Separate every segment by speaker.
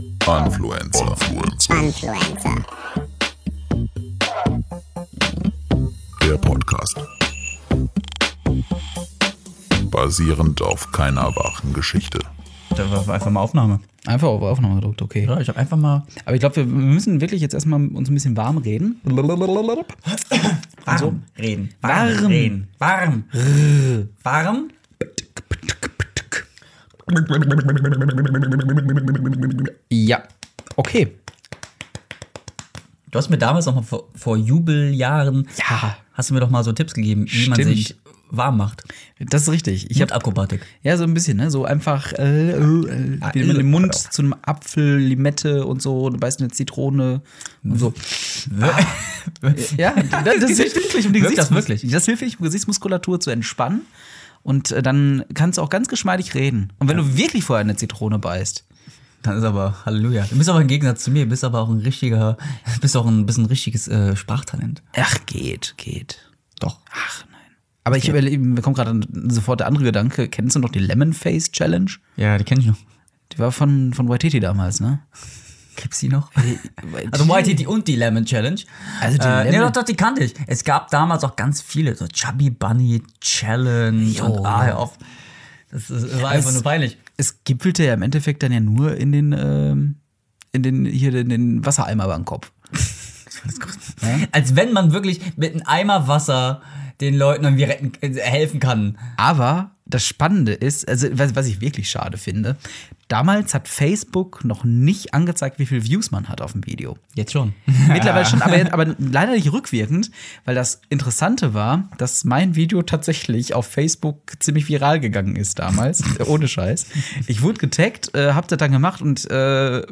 Speaker 1: Influencer.
Speaker 2: Influencer.
Speaker 1: Der Podcast. Basierend auf keiner wahren Geschichte.
Speaker 3: Da war Äh, einfach mal Aufnahme.
Speaker 4: Einfach auf Aufnahme gedrückt, okay.
Speaker 3: Ja, ich habe einfach mal.
Speaker 4: Aber ich glaube, wir müssen wirklich jetzt erstmal uns ein bisschen warm reden.
Speaker 3: Warm
Speaker 4: so.
Speaker 3: reden.
Speaker 4: Warm.
Speaker 3: reden. Warm. Warm.
Speaker 4: Ja, okay.
Speaker 3: Du hast mir damals noch mal vor, vor Jubeljahren.
Speaker 4: Ja.
Speaker 3: Hast du mir doch mal so Tipps gegeben, wie man
Speaker 4: Stimmt.
Speaker 3: sich warm macht.
Speaker 4: Das ist richtig. Ich
Speaker 3: Ich
Speaker 4: habe
Speaker 3: habe Akrobatik.
Speaker 4: ja so ein bisschen, ne? So einfach, äh, äh, äh, wie man den Mund zu einem Apfel, Limette und so, du beißt eine Zitrone und so. Ah. Ja, das, das hilft wirklich, um die
Speaker 3: Wirkt das
Speaker 4: Gesichtsmus-
Speaker 3: wirklich?
Speaker 4: Das hilft wirklich, um Gesichtsmuskulatur zu entspannen. Und äh, dann kannst du auch ganz geschmeidig reden. Und wenn du wirklich vorher eine Zitrone beißt,
Speaker 3: Dann ist aber Halleluja. Du bist aber im Gegensatz zu mir, bist aber auch ein richtiger, bist auch ein bisschen richtiges äh, Sprachtalent.
Speaker 4: ach, geht, geht.
Speaker 3: Doch.
Speaker 4: Ach nein. Aber ich überlege, mir kommt gerade an- sofort der andere Gedanke. Kennst du noch die Lemon Face Challenge?
Speaker 3: Ja, die kenne ich noch.
Speaker 4: Die war von, von Waititi damals, ne?
Speaker 3: Gibt's die noch? Also YTT und die Lemon Challenge.
Speaker 4: Äh, Also die
Speaker 3: äh, nee,
Speaker 4: Lemon-
Speaker 3: doch, doch, die kannte ich. Es gab damals auch ganz viele, so Chubby Bunny Challenge
Speaker 4: Jo.
Speaker 3: und ah, ja, auch. Das, ist, war einfach nur peinlich.
Speaker 4: Es gipfelte ja im Endeffekt dann ja nur in den, ähm, in den, hier in den Wassereimer über den Kopf.
Speaker 3: Als wenn man wirklich mit einem Eimer Wasser den Leuten irgendwie retten, äh, helfen kann.
Speaker 4: Aber das Spannende ist, also was, was ich wirklich schade finde, damals hat Facebook noch nicht angezeigt, wie viel Views man hat auf dem Video.
Speaker 3: Jetzt schon.
Speaker 4: Mittlerweile schon, aber, jetzt- aber leider nicht rückwirkend, weil das Interessante war, dass mein Video tatsächlich auf Facebook ziemlich viral gegangen ist damals, äh, ohne Scheiß. Ich wurde getaggt, äh, hab das dann gemacht und äh,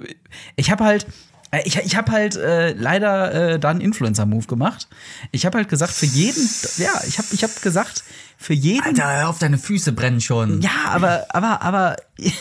Speaker 4: ich habe halt. äh, Ich, ich habe halt äh, leider äh, da einen Influencer-Move gemacht. Ich habe halt gesagt, für jeden, ja, ich habe ich hab gesagt, für jeden
Speaker 3: Alter, hör auf deine Füße brennen schon.
Speaker 4: ja, aber, aber, aber.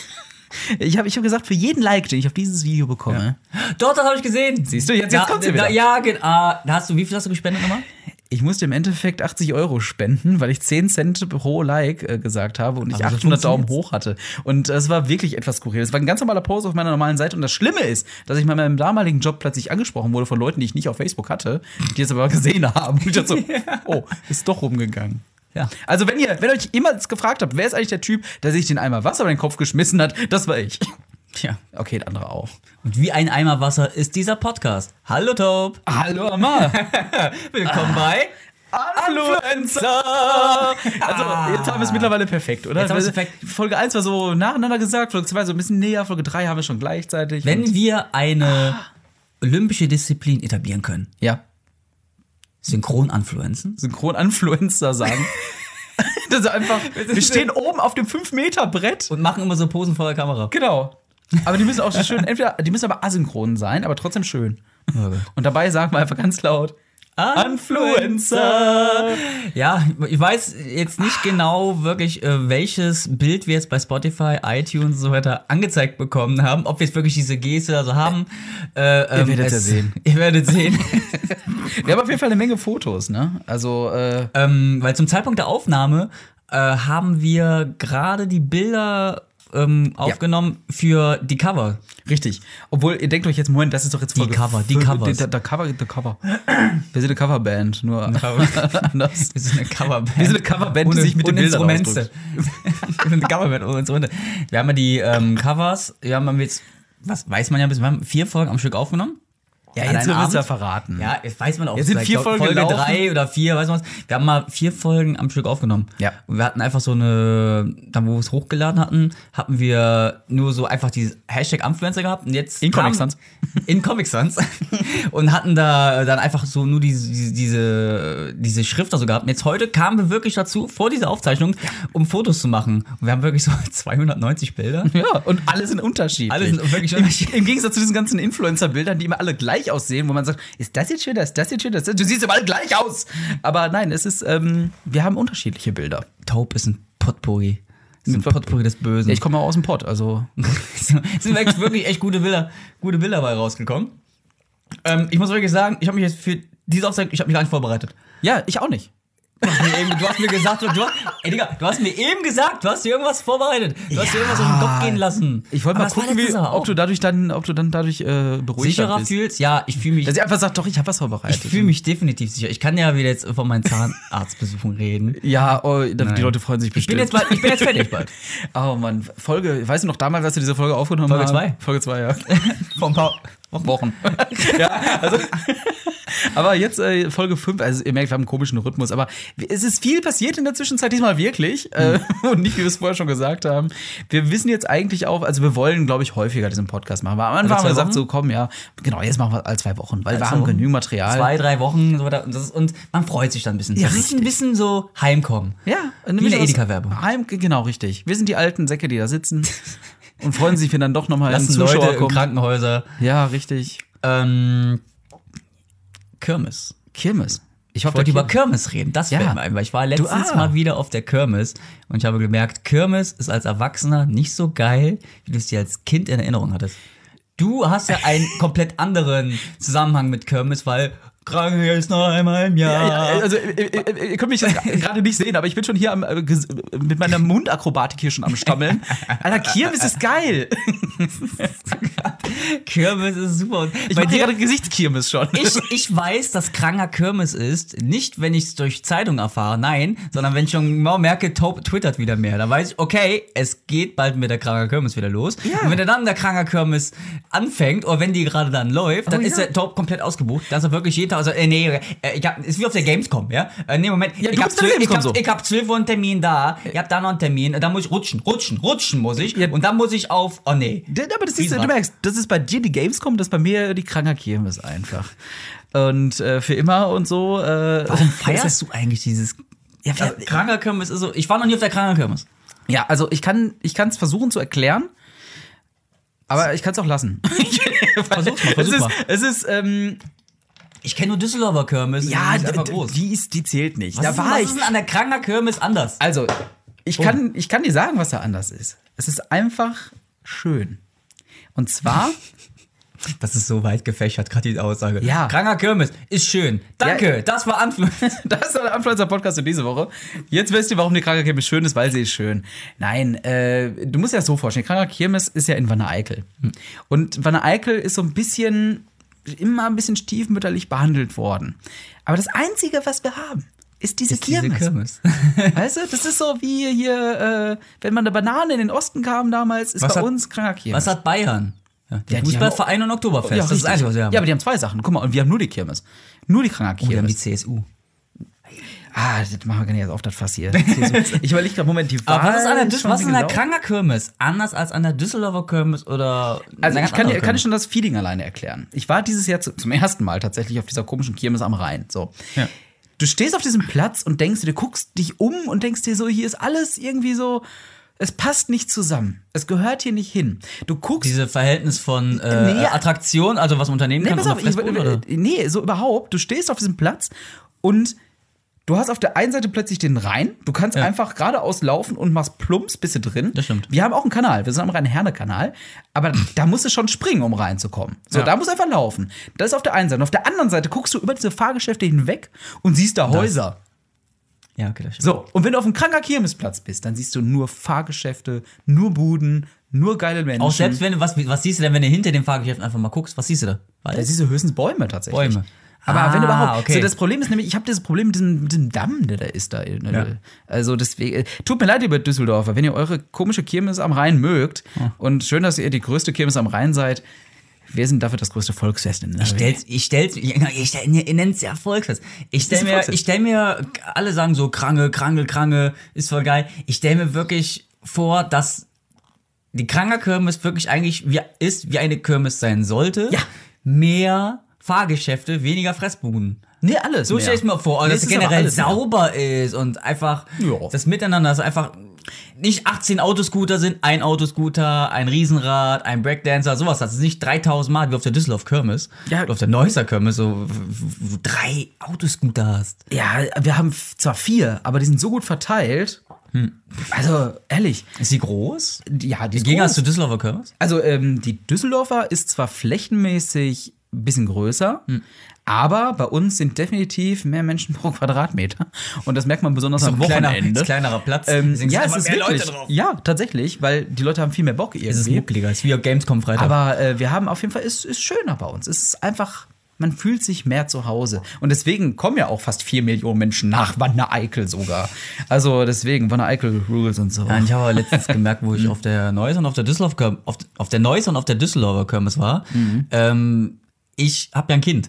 Speaker 4: Ich habe ich hab gesagt, für jeden Like, den ich auf dieses Video bekomme.
Speaker 3: Doch, das habe ich gesehen.
Speaker 4: Siehst du, jetzt- jetzt
Speaker 3: Da-
Speaker 4: kommt sie
Speaker 3: da-
Speaker 4: wieder.
Speaker 3: Ja, genau. Ah, da hast du, wie viel hast du gespendet nochmal?
Speaker 4: Ich musste im Endeffekt 80 Euro spenden, weil ich 10 Cent pro Like äh, gesagt habe und ich
Speaker 3: Aber so
Speaker 4: 800 Daumen
Speaker 3: funktioniert's.
Speaker 4: hoch hatte. Und äh, es war wirklich etwas skurril. Es war ein ganz normaler Post auf meiner normalen Seite. Und das Schlimme ist, dass ich bei meinem damaligen Job plötzlich angesprochen wurde von Leuten, die ich nicht auf Facebook hatte, die es aber gesehen haben. Und ich dachte so, oh, ist doch rumgegangen.
Speaker 3: Ja.
Speaker 4: Also, wenn ihr, wenn euch jemand gefragt habt, wer ist eigentlich der Typ, der sich den Eimer Wasser in den Kopf geschmissen hat, das war ich.
Speaker 3: Tja.
Speaker 4: Okay, der andere auch.
Speaker 3: Und wie ein Eimer Wasser ist dieser Podcast. Hallo Taub.
Speaker 4: Hallo Amar.
Speaker 3: Willkommen
Speaker 4: Ah.
Speaker 3: bei.
Speaker 4: Influencer! Also, jetzt haben wir es mittlerweile perfekt, oder?
Speaker 3: Ah. Jetzt haben wir es perfekt.
Speaker 4: Folge 1 war so nacheinander gesagt, Folge 2 so ein bisschen näher, Folge 3 haben wir schon gleichzeitig.
Speaker 3: Wenn
Speaker 4: Und- Ah.
Speaker 3: wir eine olympische Disziplin etablieren können,
Speaker 4: ja,
Speaker 3: Synchroninfluenzen.
Speaker 4: Synchron-Influencer sagen. das ist einfach, wir
Speaker 3: ist-
Speaker 4: stehen oben auf dem 5-Meter-Brett.
Speaker 3: Und machen immer so Posen vor der Kamera.
Speaker 4: Genau. Aber die müssen auch schön, entweder, die müssen aber asynchron sein, aber trotzdem schön. Und dabei sagen wir einfach ganz laut, Influencer!
Speaker 3: Ja, ich weiß jetzt nicht genau wirklich, äh, welches Bild wir jetzt bei Spotify, iTunes und so weiter angezeigt bekommen haben. Ob wir jetzt wirklich diese Geste also haben. Äh, ähm,
Speaker 4: werdet ja
Speaker 3: es-
Speaker 4: sehen.
Speaker 3: Ihr werdet sehen.
Speaker 4: Wir haben auf jeden Fall eine Menge Fotos, ne? Also, äh,
Speaker 3: ähm, weil zum Zeitpunkt der Aufnahme äh, haben wir gerade die Bilder ähm, aufgenommen für die Cover.
Speaker 4: Richtig. Obwohl, ihr denkt euch jetzt, Moment, das ist doch jetzt Folge
Speaker 3: Cover, die
Speaker 4: fünf-
Speaker 3: Covers.
Speaker 4: Der, der Cover, der Cover. Wir sind eine Coverband, nur anders.
Speaker 3: Wir sind eine Coverband.
Speaker 4: Wir sind eine Coverband, die sich mit den Bildern
Speaker 3: Instrumente. Wir sind eine Coverband ohne Instrumente. Wir haben ja die ähm, Covers, wir haben jetzt, was weiß man ja ein bisschen, wir haben vier Folgen am Stück aufgenommen.
Speaker 4: Ja,
Speaker 3: An
Speaker 4: jetzt
Speaker 3: einem
Speaker 4: wird es ja
Speaker 3: Abend.
Speaker 4: verraten.
Speaker 3: Ja, jetzt weiß man auch.
Speaker 4: Jetzt sind
Speaker 3: vielleicht
Speaker 4: vier
Speaker 3: Fol-
Speaker 4: Folgen
Speaker 3: Folge
Speaker 4: gelaufen.
Speaker 3: drei oder vier, weiß man was. Wir haben mal vier Folgen am Stück aufgenommen.
Speaker 4: Ja.
Speaker 3: Und wir hatten einfach so eine, dann wo wir es hochgeladen hatten, hatten wir nur so einfach dieses Hashtag Influencer gehabt und jetzt
Speaker 4: In Comic
Speaker 3: kamen-
Speaker 4: Sans.
Speaker 3: in Comic Sans und hatten da dann einfach so nur diese diese diese, diese Schrift da so gehabt. Und jetzt heute kamen wir wirklich dazu vor dieser Aufzeichnung, um Fotos zu machen. Und wir haben wirklich so 290 Bilder.
Speaker 4: Ja, und alle sind unterschiedlich.
Speaker 3: Alle sind wirklich
Speaker 4: Im,
Speaker 3: unterschiedlich.
Speaker 4: Im Gegensatz zu diesen ganzen Influencer-Bildern, die immer alle gleich aussehen, wo man sagt, ist das jetzt schön, ist das jetzt schön, ist das? Du siehst immer alle gleich aus. Aber nein, es ist, ähm, wir haben unterschiedliche Bilder.
Speaker 3: Taub ist ein Potpourri. Ist ein
Speaker 4: Ein Potpourri.
Speaker 3: Potpourri des Bösen.
Speaker 4: Ja, ich komme auch aus dem Pott, also.
Speaker 3: So, es sind wirklich, wirklich echt gute Bilder, gute Bilder bei rausgekommen. Ähm, ich muss wirklich sagen, ich habe mich jetzt für diese Aufzeichnung, ich habe mich gar nicht vorbereitet.
Speaker 4: Ja, ich auch nicht.
Speaker 3: Du hast mir eben, du hast mir gesagt, du, du, hast- ey, Digga, du hast mir eben gesagt, du hast dir irgendwas vorbereitet. Du hast dir irgendwas auf den Kopf gehen lassen.
Speaker 4: Ich
Speaker 3: Aber
Speaker 4: wollte mal
Speaker 3: das war
Speaker 4: gucken, wie,
Speaker 3: letzte Sache auch.
Speaker 4: ob du dadurch dann, ob du dann dadurch äh, beruhigter
Speaker 3: sicherer
Speaker 4: bist.
Speaker 3: fühlst. Ja, ich fühle mich.
Speaker 4: Dass ich einfach sag, doch, ich habe was
Speaker 3: Ich
Speaker 4: vorbereitet.
Speaker 3: fühle mich definitiv sicher. Ich kann ja wieder jetzt von meinen Zahnarztbesuchen reden.
Speaker 4: ja, oh, da-
Speaker 3: Nein.
Speaker 4: die Leute freuen sich
Speaker 3: Ich bin
Speaker 4: bestimmt.
Speaker 3: jetzt, bald, ich bin jetzt fertig bald.
Speaker 4: Oh Mann, Folge, weißt du noch damals, als wir diese Folge aufgenommen
Speaker 3: Folge
Speaker 4: haben?
Speaker 3: zwei?
Speaker 4: Folge 2, ja.
Speaker 3: Vor ein paar Wochen.
Speaker 4: ja also, aber jetzt äh, Folge 5, also ihr merkt, wir haben einen komischen Rhythmus, aber es ist viel passiert in der Zwischenzeit, diesmal wirklich. Äh,
Speaker 3: Hm.
Speaker 4: und nicht, wie wir es vorher schon gesagt haben. Wir wissen jetzt eigentlich auch, also wir wollen, glaube ich, häufiger diesen Podcast machen. Weil am
Speaker 3: Alle
Speaker 4: Anfang haben
Speaker 3: zwei
Speaker 4: wir gesagt,
Speaker 3: Wochen?
Speaker 4: so komm, ja, genau, jetzt machen wir alle zwei Wochen, weil
Speaker 3: Alle
Speaker 4: wir
Speaker 3: zwei
Speaker 4: haben
Speaker 3: Wochen?
Speaker 4: genügend Material.
Speaker 3: Zwei, drei Wochen so weiter. Und, das ist, und man freut sich dann ein bisschen.
Speaker 4: Ja,
Speaker 3: das ist ein
Speaker 4: richtig.
Speaker 3: bisschen so Heimkommen.
Speaker 4: Ja,
Speaker 3: Wie eine Edeka-Werbung.
Speaker 4: Heim, genau, richtig. Wir sind die alten Säcke, die da sitzen und freuen sich, wenn dann doch nochmal ein
Speaker 3: Lassen
Speaker 4: Zuschauer
Speaker 3: Leute in
Speaker 4: kommt.
Speaker 3: Krankenhäuser.
Speaker 4: Ja, richtig.
Speaker 3: Ähm, Kirmes.
Speaker 4: Kirmes. Ich
Speaker 3: Ich wollte über Kirmes reden, das
Speaker 4: Ja.
Speaker 3: fällt mir ein, weil ich war letztens
Speaker 4: ah.
Speaker 3: mal wieder auf der Kirmes und ich habe gemerkt, Kirmes ist als Erwachsener nicht so geil, wie du es dir als Kind in Erinnerung hattest. Du hast ja einen komplett anderen Zusammenhang mit Kirmes, weil Kranke ist noch einmal im Jahr.
Speaker 4: Ja, ja, also ihr, ihr, ihr könnt mich jetzt gerade nicht sehen, aber ich bin schon hier am, äh, ges- mit meiner Mundakrobatik hier schon am Stammeln. Alter, Kirmes ist geil.
Speaker 3: Kirmes ist super. Und
Speaker 4: Ich
Speaker 3: bei
Speaker 4: mache
Speaker 3: dir-
Speaker 4: hier gerade Gesichtskirmes schon.
Speaker 3: ich, ich weiß, dass kranker Kirmes ist, nicht wenn ich es durch Zeitung erfahre, nein, sondern wenn ich schon genau merke, Taub twittert wieder mehr. Dann weiß ich, okay, es geht bald mit der kranker Kirmes wieder los.
Speaker 4: Ja.
Speaker 3: Und wenn er dann der kranker Kirmes anfängt, oder wenn die gerade dann läuft, dann
Speaker 4: Oh,
Speaker 3: ist
Speaker 4: ja.
Speaker 3: der Taub komplett ausgebucht. Dann ist er wirklich jeden Tag, also, äh, nee, äh, ich hab, ist wie auf der Gamescom, ja? Äh, nee, Moment,
Speaker 4: Ja, du
Speaker 3: ich, hab
Speaker 4: bist auf der
Speaker 3: zwölf- ich, hab,
Speaker 4: Gamescom so.
Speaker 3: ich hab zwölf Uhr einen Termin da, ich hab da noch einen Termin, dann muss ich rutschen, rutschen, rutschen muss ich.
Speaker 4: Ja.
Speaker 3: Und dann muss ich auf, oh nee.
Speaker 4: Ja, Aber das ist,
Speaker 3: Riesenrad.
Speaker 4: du merkst, das ist bei dir die Gamescom, das ist bei mir die kranker Kirmes einfach. Und äh, für immer und so. Äh,
Speaker 3: Warum feierst du eigentlich dieses
Speaker 4: Ja,
Speaker 3: Ja,
Speaker 4: wer-
Speaker 3: kranker Kirmes ist so. Ich war noch nie auf der kranker Kirmes.
Speaker 4: Ja, also ich kann ich kann es versuchen zu erklären, aber ich kann es auch lassen.
Speaker 3: Versuch's mal,
Speaker 4: es
Speaker 3: versuch's
Speaker 4: ist,
Speaker 3: mal.
Speaker 4: es ist ähm,
Speaker 3: Ich kenne nur Düsseldorfer Kirmes.
Speaker 4: ja,
Speaker 3: die ist einfach
Speaker 4: d-
Speaker 3: groß.
Speaker 4: die ist die zählt nicht.
Speaker 3: was,
Speaker 4: da
Speaker 3: ist,
Speaker 4: war
Speaker 3: was
Speaker 4: ich.
Speaker 3: ist denn Oh. an der kranker Kirmes anders?
Speaker 4: Also ich kann ich kann dir sagen, was da anders ist. Es ist einfach schön. Und zwar
Speaker 3: Das ist so weit gefächert, gerade die Aussage.
Speaker 4: Ja.
Speaker 3: Kranker Kirmes ist schön. Danke,
Speaker 4: Ja.
Speaker 3: das war Anfang.
Speaker 4: Das ist der Influencer Podcast für diese Woche. Jetzt wisst ihr, warum die Kranker Kirmes schön ist, weil sie ist schön. Nein, äh, du musst dir das so vorstellen. Die Kranker Kirmes ist ja in Wanne-Eickel.
Speaker 3: Hm.
Speaker 4: Und Wanne-Eickel ist so ein bisschen, immer ein bisschen stiefmütterlich behandelt worden. Aber das Einzige, was wir haben, ist diese Kirmes. Weißt du, das ist so wie hier, äh, wenn man eine Banane in den Osten kam damals, ist
Speaker 3: Was
Speaker 4: bei
Speaker 3: hat-
Speaker 4: uns Kranker
Speaker 3: Was
Speaker 4: Kirmes.
Speaker 3: hat Bayern? Ja, der
Speaker 4: Ja, die
Speaker 3: Fußballverein und Oktoberfest. das ist das
Speaker 4: richtig.
Speaker 3: Einzige, was wir haben.
Speaker 4: ja, aber die haben zwei Sachen. Guck mal, und wir haben nur die Kirmes. Nur die Kranker
Speaker 3: Oh,
Speaker 4: Kirmes.
Speaker 3: die haben die CSU.
Speaker 4: Ah, das machen wir gar nicht erst auf, das Fass hier. Ich überlege gerade, Moment, die Wahl.
Speaker 3: Aber was ist an der,
Speaker 4: ist
Speaker 3: Düs
Speaker 4: schon
Speaker 3: was ist an der
Speaker 4: gelaufen.
Speaker 3: kranker Kirmes? Anders als an der Düsseldorfer Kirmes oder.
Speaker 4: Also
Speaker 3: einer anderen
Speaker 4: ich kann, dir, kann
Speaker 3: Kirmes?
Speaker 4: ich schon das Feeling alleine erklären. Ich war dieses Jahr zu, zum ersten Mal tatsächlich auf dieser komischen Kirmes am Rhein. So.
Speaker 3: Ja.
Speaker 4: Du stehst auf diesem Platz und denkst, dir, du guckst dich um und denkst dir so, hier ist alles irgendwie so, es passt nicht zusammen. Es gehört hier nicht hin. Du guckst
Speaker 3: Diese Verhältnis von äh,
Speaker 4: Nee.
Speaker 3: Attraktion, also was unternehmen
Speaker 4: Nee,
Speaker 3: kann,
Speaker 4: pass
Speaker 3: und
Speaker 4: auf, ich,
Speaker 3: Fressbude, oder?
Speaker 4: nee, so überhaupt. Du stehst auf diesem Platz und du hast auf der einen Seite plötzlich den Rhein. Du kannst einfach geradeaus laufen und machst plumps, bist du drin.
Speaker 3: Das stimmt.
Speaker 4: Wir haben auch einen Kanal. Wir sind am Rhein-Herne-Kanal. Aber da musst du schon springen, um reinzukommen. So,
Speaker 3: Ja.
Speaker 4: da musst du einfach laufen. Das ist auf der einen Seite. Und auf der anderen Seite guckst du über diese Fahrgeschäfte hinweg und siehst da Häuser.
Speaker 3: Ja, okay, das stimmt.
Speaker 4: So, und wenn du auf einem kranker Kirmesplatz bist, dann siehst du nur Fahrgeschäfte, nur Buden, nur geile Menschen.
Speaker 3: Auch selbst wenn du, was, was siehst du denn, wenn du hinter dem Fahrgeschäft einfach mal guckst, was siehst du da?
Speaker 4: Da
Speaker 3: Weil
Speaker 4: siehst du höchstens Bäume tatsächlich.
Speaker 3: Bäume.
Speaker 4: Aber
Speaker 3: Ah,
Speaker 4: wenn überhaupt.
Speaker 3: okay.
Speaker 4: So, das Problem ist nämlich, ich habe dieses Problem mit diesem, mit diesem Damm, der da ist da. in-
Speaker 3: Ja.
Speaker 4: Also deswegen. äh, Tut mir leid, liebe Düsseldorfer, wenn ihr eure komische Kirmes am Rhein mögt und schön, dass ihr die größte Kirmes am Rhein seid. Wir sind dafür das größte Volksfest in
Speaker 3: ich stell's, ich stell's, ich, ich stell, ihr nennt's ja Volksfest. Ich
Speaker 4: ist
Speaker 3: stell
Speaker 4: ein
Speaker 3: mir,
Speaker 4: Volksfest.
Speaker 3: ich stell mir, alle sagen so, Krange, Krange, Krange, ist voll geil. Ich stell mir wirklich vor, dass die Krangerkirmes wirklich eigentlich wie, ist, wie eine Kirmes sein sollte.
Speaker 4: Ja.
Speaker 3: Mehr Fahrgeschäfte, weniger Fressbuden.
Speaker 4: Nee, alles.
Speaker 3: So stell ich mir vor, dass
Speaker 4: es
Speaker 3: es
Speaker 4: ist aber
Speaker 3: generell
Speaker 4: alles mehr.
Speaker 3: sauber ist und einfach
Speaker 4: Ja.
Speaker 3: das Miteinander, dass einfach nicht 18 Autoscooter sind, ein Autoscooter, ein Riesenrad, ein Breakdancer, sowas. Das ist nicht 3000 Mal wie auf der Düsseldorf Kirmes
Speaker 4: Ja.
Speaker 3: oder auf der Neusser Kirmes, so wo du drei Autoscooter hast.
Speaker 4: Ja, wir haben f- zwar vier, aber die sind so gut verteilt. Also, ehrlich.
Speaker 3: Hm. Ist die groß?
Speaker 4: Ja, die
Speaker 3: Im
Speaker 4: ist
Speaker 3: Gegensatz
Speaker 4: groß.
Speaker 3: zur Düsseldorfer Kirmes?
Speaker 4: Also ähm, die Düsseldorfer ist zwar flächenmäßig ein bisschen größer.
Speaker 3: Hm.
Speaker 4: Aber bei uns sind definitiv mehr Menschen pro Quadratmeter. Und das merkt man besonders am
Speaker 3: ein kleiner-
Speaker 4: Wochenende.
Speaker 3: ist kleinerer Platz.
Speaker 4: Ähm,
Speaker 3: Deswegen sind
Speaker 4: ja, es
Speaker 3: einfach
Speaker 4: ist
Speaker 3: mehr Leute
Speaker 4: wirklich,
Speaker 3: drauf.
Speaker 4: Ja, tatsächlich, weil die Leute haben viel mehr Bock irgendwie.
Speaker 3: Es ist muckeliger, es ist wie auf Gamescom Freitag.
Speaker 4: Aber äh, wir haben auf jeden Fall, es ist schöner bei uns. Es ist einfach, man fühlt sich mehr zu Hause. Und deswegen kommen ja auch fast 4 Millionen Menschen nach Wanne Eickel sogar. Also deswegen, Wanne Eickel Rules und so.
Speaker 3: Ja, ich habe aber letztens gemerkt, wo ich auf der Neuss und auf der Düsseldorf Kirm- auf, auf der Neuss und auf der Düsseldorfer Kirmes war.
Speaker 4: Mhm.
Speaker 3: Ähm, ich habe ja ein Kind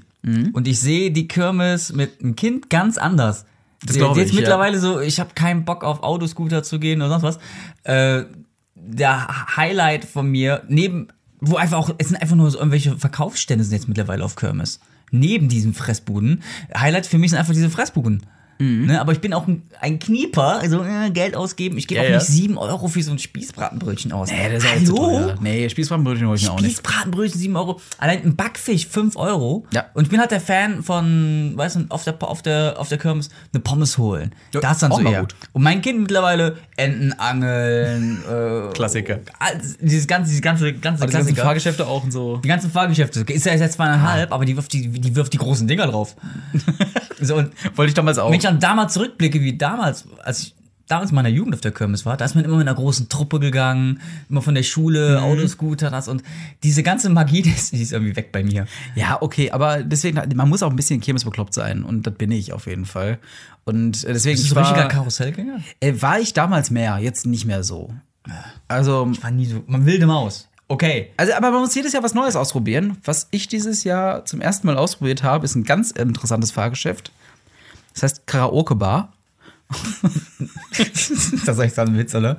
Speaker 3: und ich sehe die Kirmes mit einem Kind ganz anders. Das
Speaker 4: glaub
Speaker 3: jetzt
Speaker 4: ich, ja.
Speaker 3: mittlerweile so, ich habe keinen Bock auf Autoscooter zu gehen oder sonst was. Äh, der Highlight von mir neben wo einfach auch es sind einfach nur so irgendwelche Verkaufsstände sind jetzt mittlerweile auf Kirmes. Neben diesen Fressbuden. Highlight für mich sind einfach diese Fressbuden.
Speaker 4: Mhm.
Speaker 3: Ne, aber ich bin auch ein, ein Knieper, also äh, Geld ausgeben. Ich gebe
Speaker 4: Ja,
Speaker 3: auch
Speaker 4: ja.
Speaker 3: nicht 7 Euro für so ein Spießbratenbrötchen aus.
Speaker 4: Nee, das ist auch zu teuer. Nee, Spießbrötchen hole ich mir auch nicht.
Speaker 3: Spießbratenbrötchen 7 Euro. Allein ein Backfisch 5 Euro.
Speaker 4: Ja.
Speaker 3: Und ich bin halt der Fan von, weißt du, auf der, auf der, auf der Kirmes eine Pommes holen.
Speaker 4: Ja,
Speaker 3: das ist dann
Speaker 4: auch
Speaker 3: so
Speaker 4: mal
Speaker 3: eher.
Speaker 4: gut.
Speaker 3: Und mein Kind mittlerweile Enten angeln. äh,
Speaker 4: Klassiker.
Speaker 3: alles- dieses ganze, dieses ganze, ganze
Speaker 4: Die ganzen
Speaker 3: Klassiker.
Speaker 4: Fahrgeschäfte auch und so.
Speaker 3: Die ganzen Fahrgeschäfte. Ist ja jetzt zweieinhalb, aber die wirft die, die wirft die großen Dinger drauf. so, und
Speaker 4: Wollte ich damals auch.
Speaker 3: wenn ich dann damals zurückblicke, wie damals, als ich damals in meiner Jugend auf der Kirmes war, da ist man immer mit einer großen Truppe gegangen, immer von der Schule, Autoscooter, das und diese ganze Magie, die ist, die ist irgendwie weg bei mir.
Speaker 4: Ja, okay, aber deswegen, man muss auch ein bisschen Kirmesbekloppt sein. Und das bin ich auf jeden Fall. Und äh, deswegen,
Speaker 3: Bist du
Speaker 4: ich
Speaker 3: so ein richtiger
Speaker 4: war,
Speaker 3: Karussellgänger?
Speaker 4: äh, war ich damals mehr, jetzt nicht mehr so. Also,
Speaker 3: War nie so. Man wilde Maus. Okay.
Speaker 4: Also, aber man muss jedes Jahr was Neues ausprobieren. Was ich dieses Jahr zum ersten Mal ausprobiert habe, ist ein ganz interessantes Fahrgeschäft. Das heißt Karaoke-Bar.
Speaker 3: Das ist dann ein Witz, oder?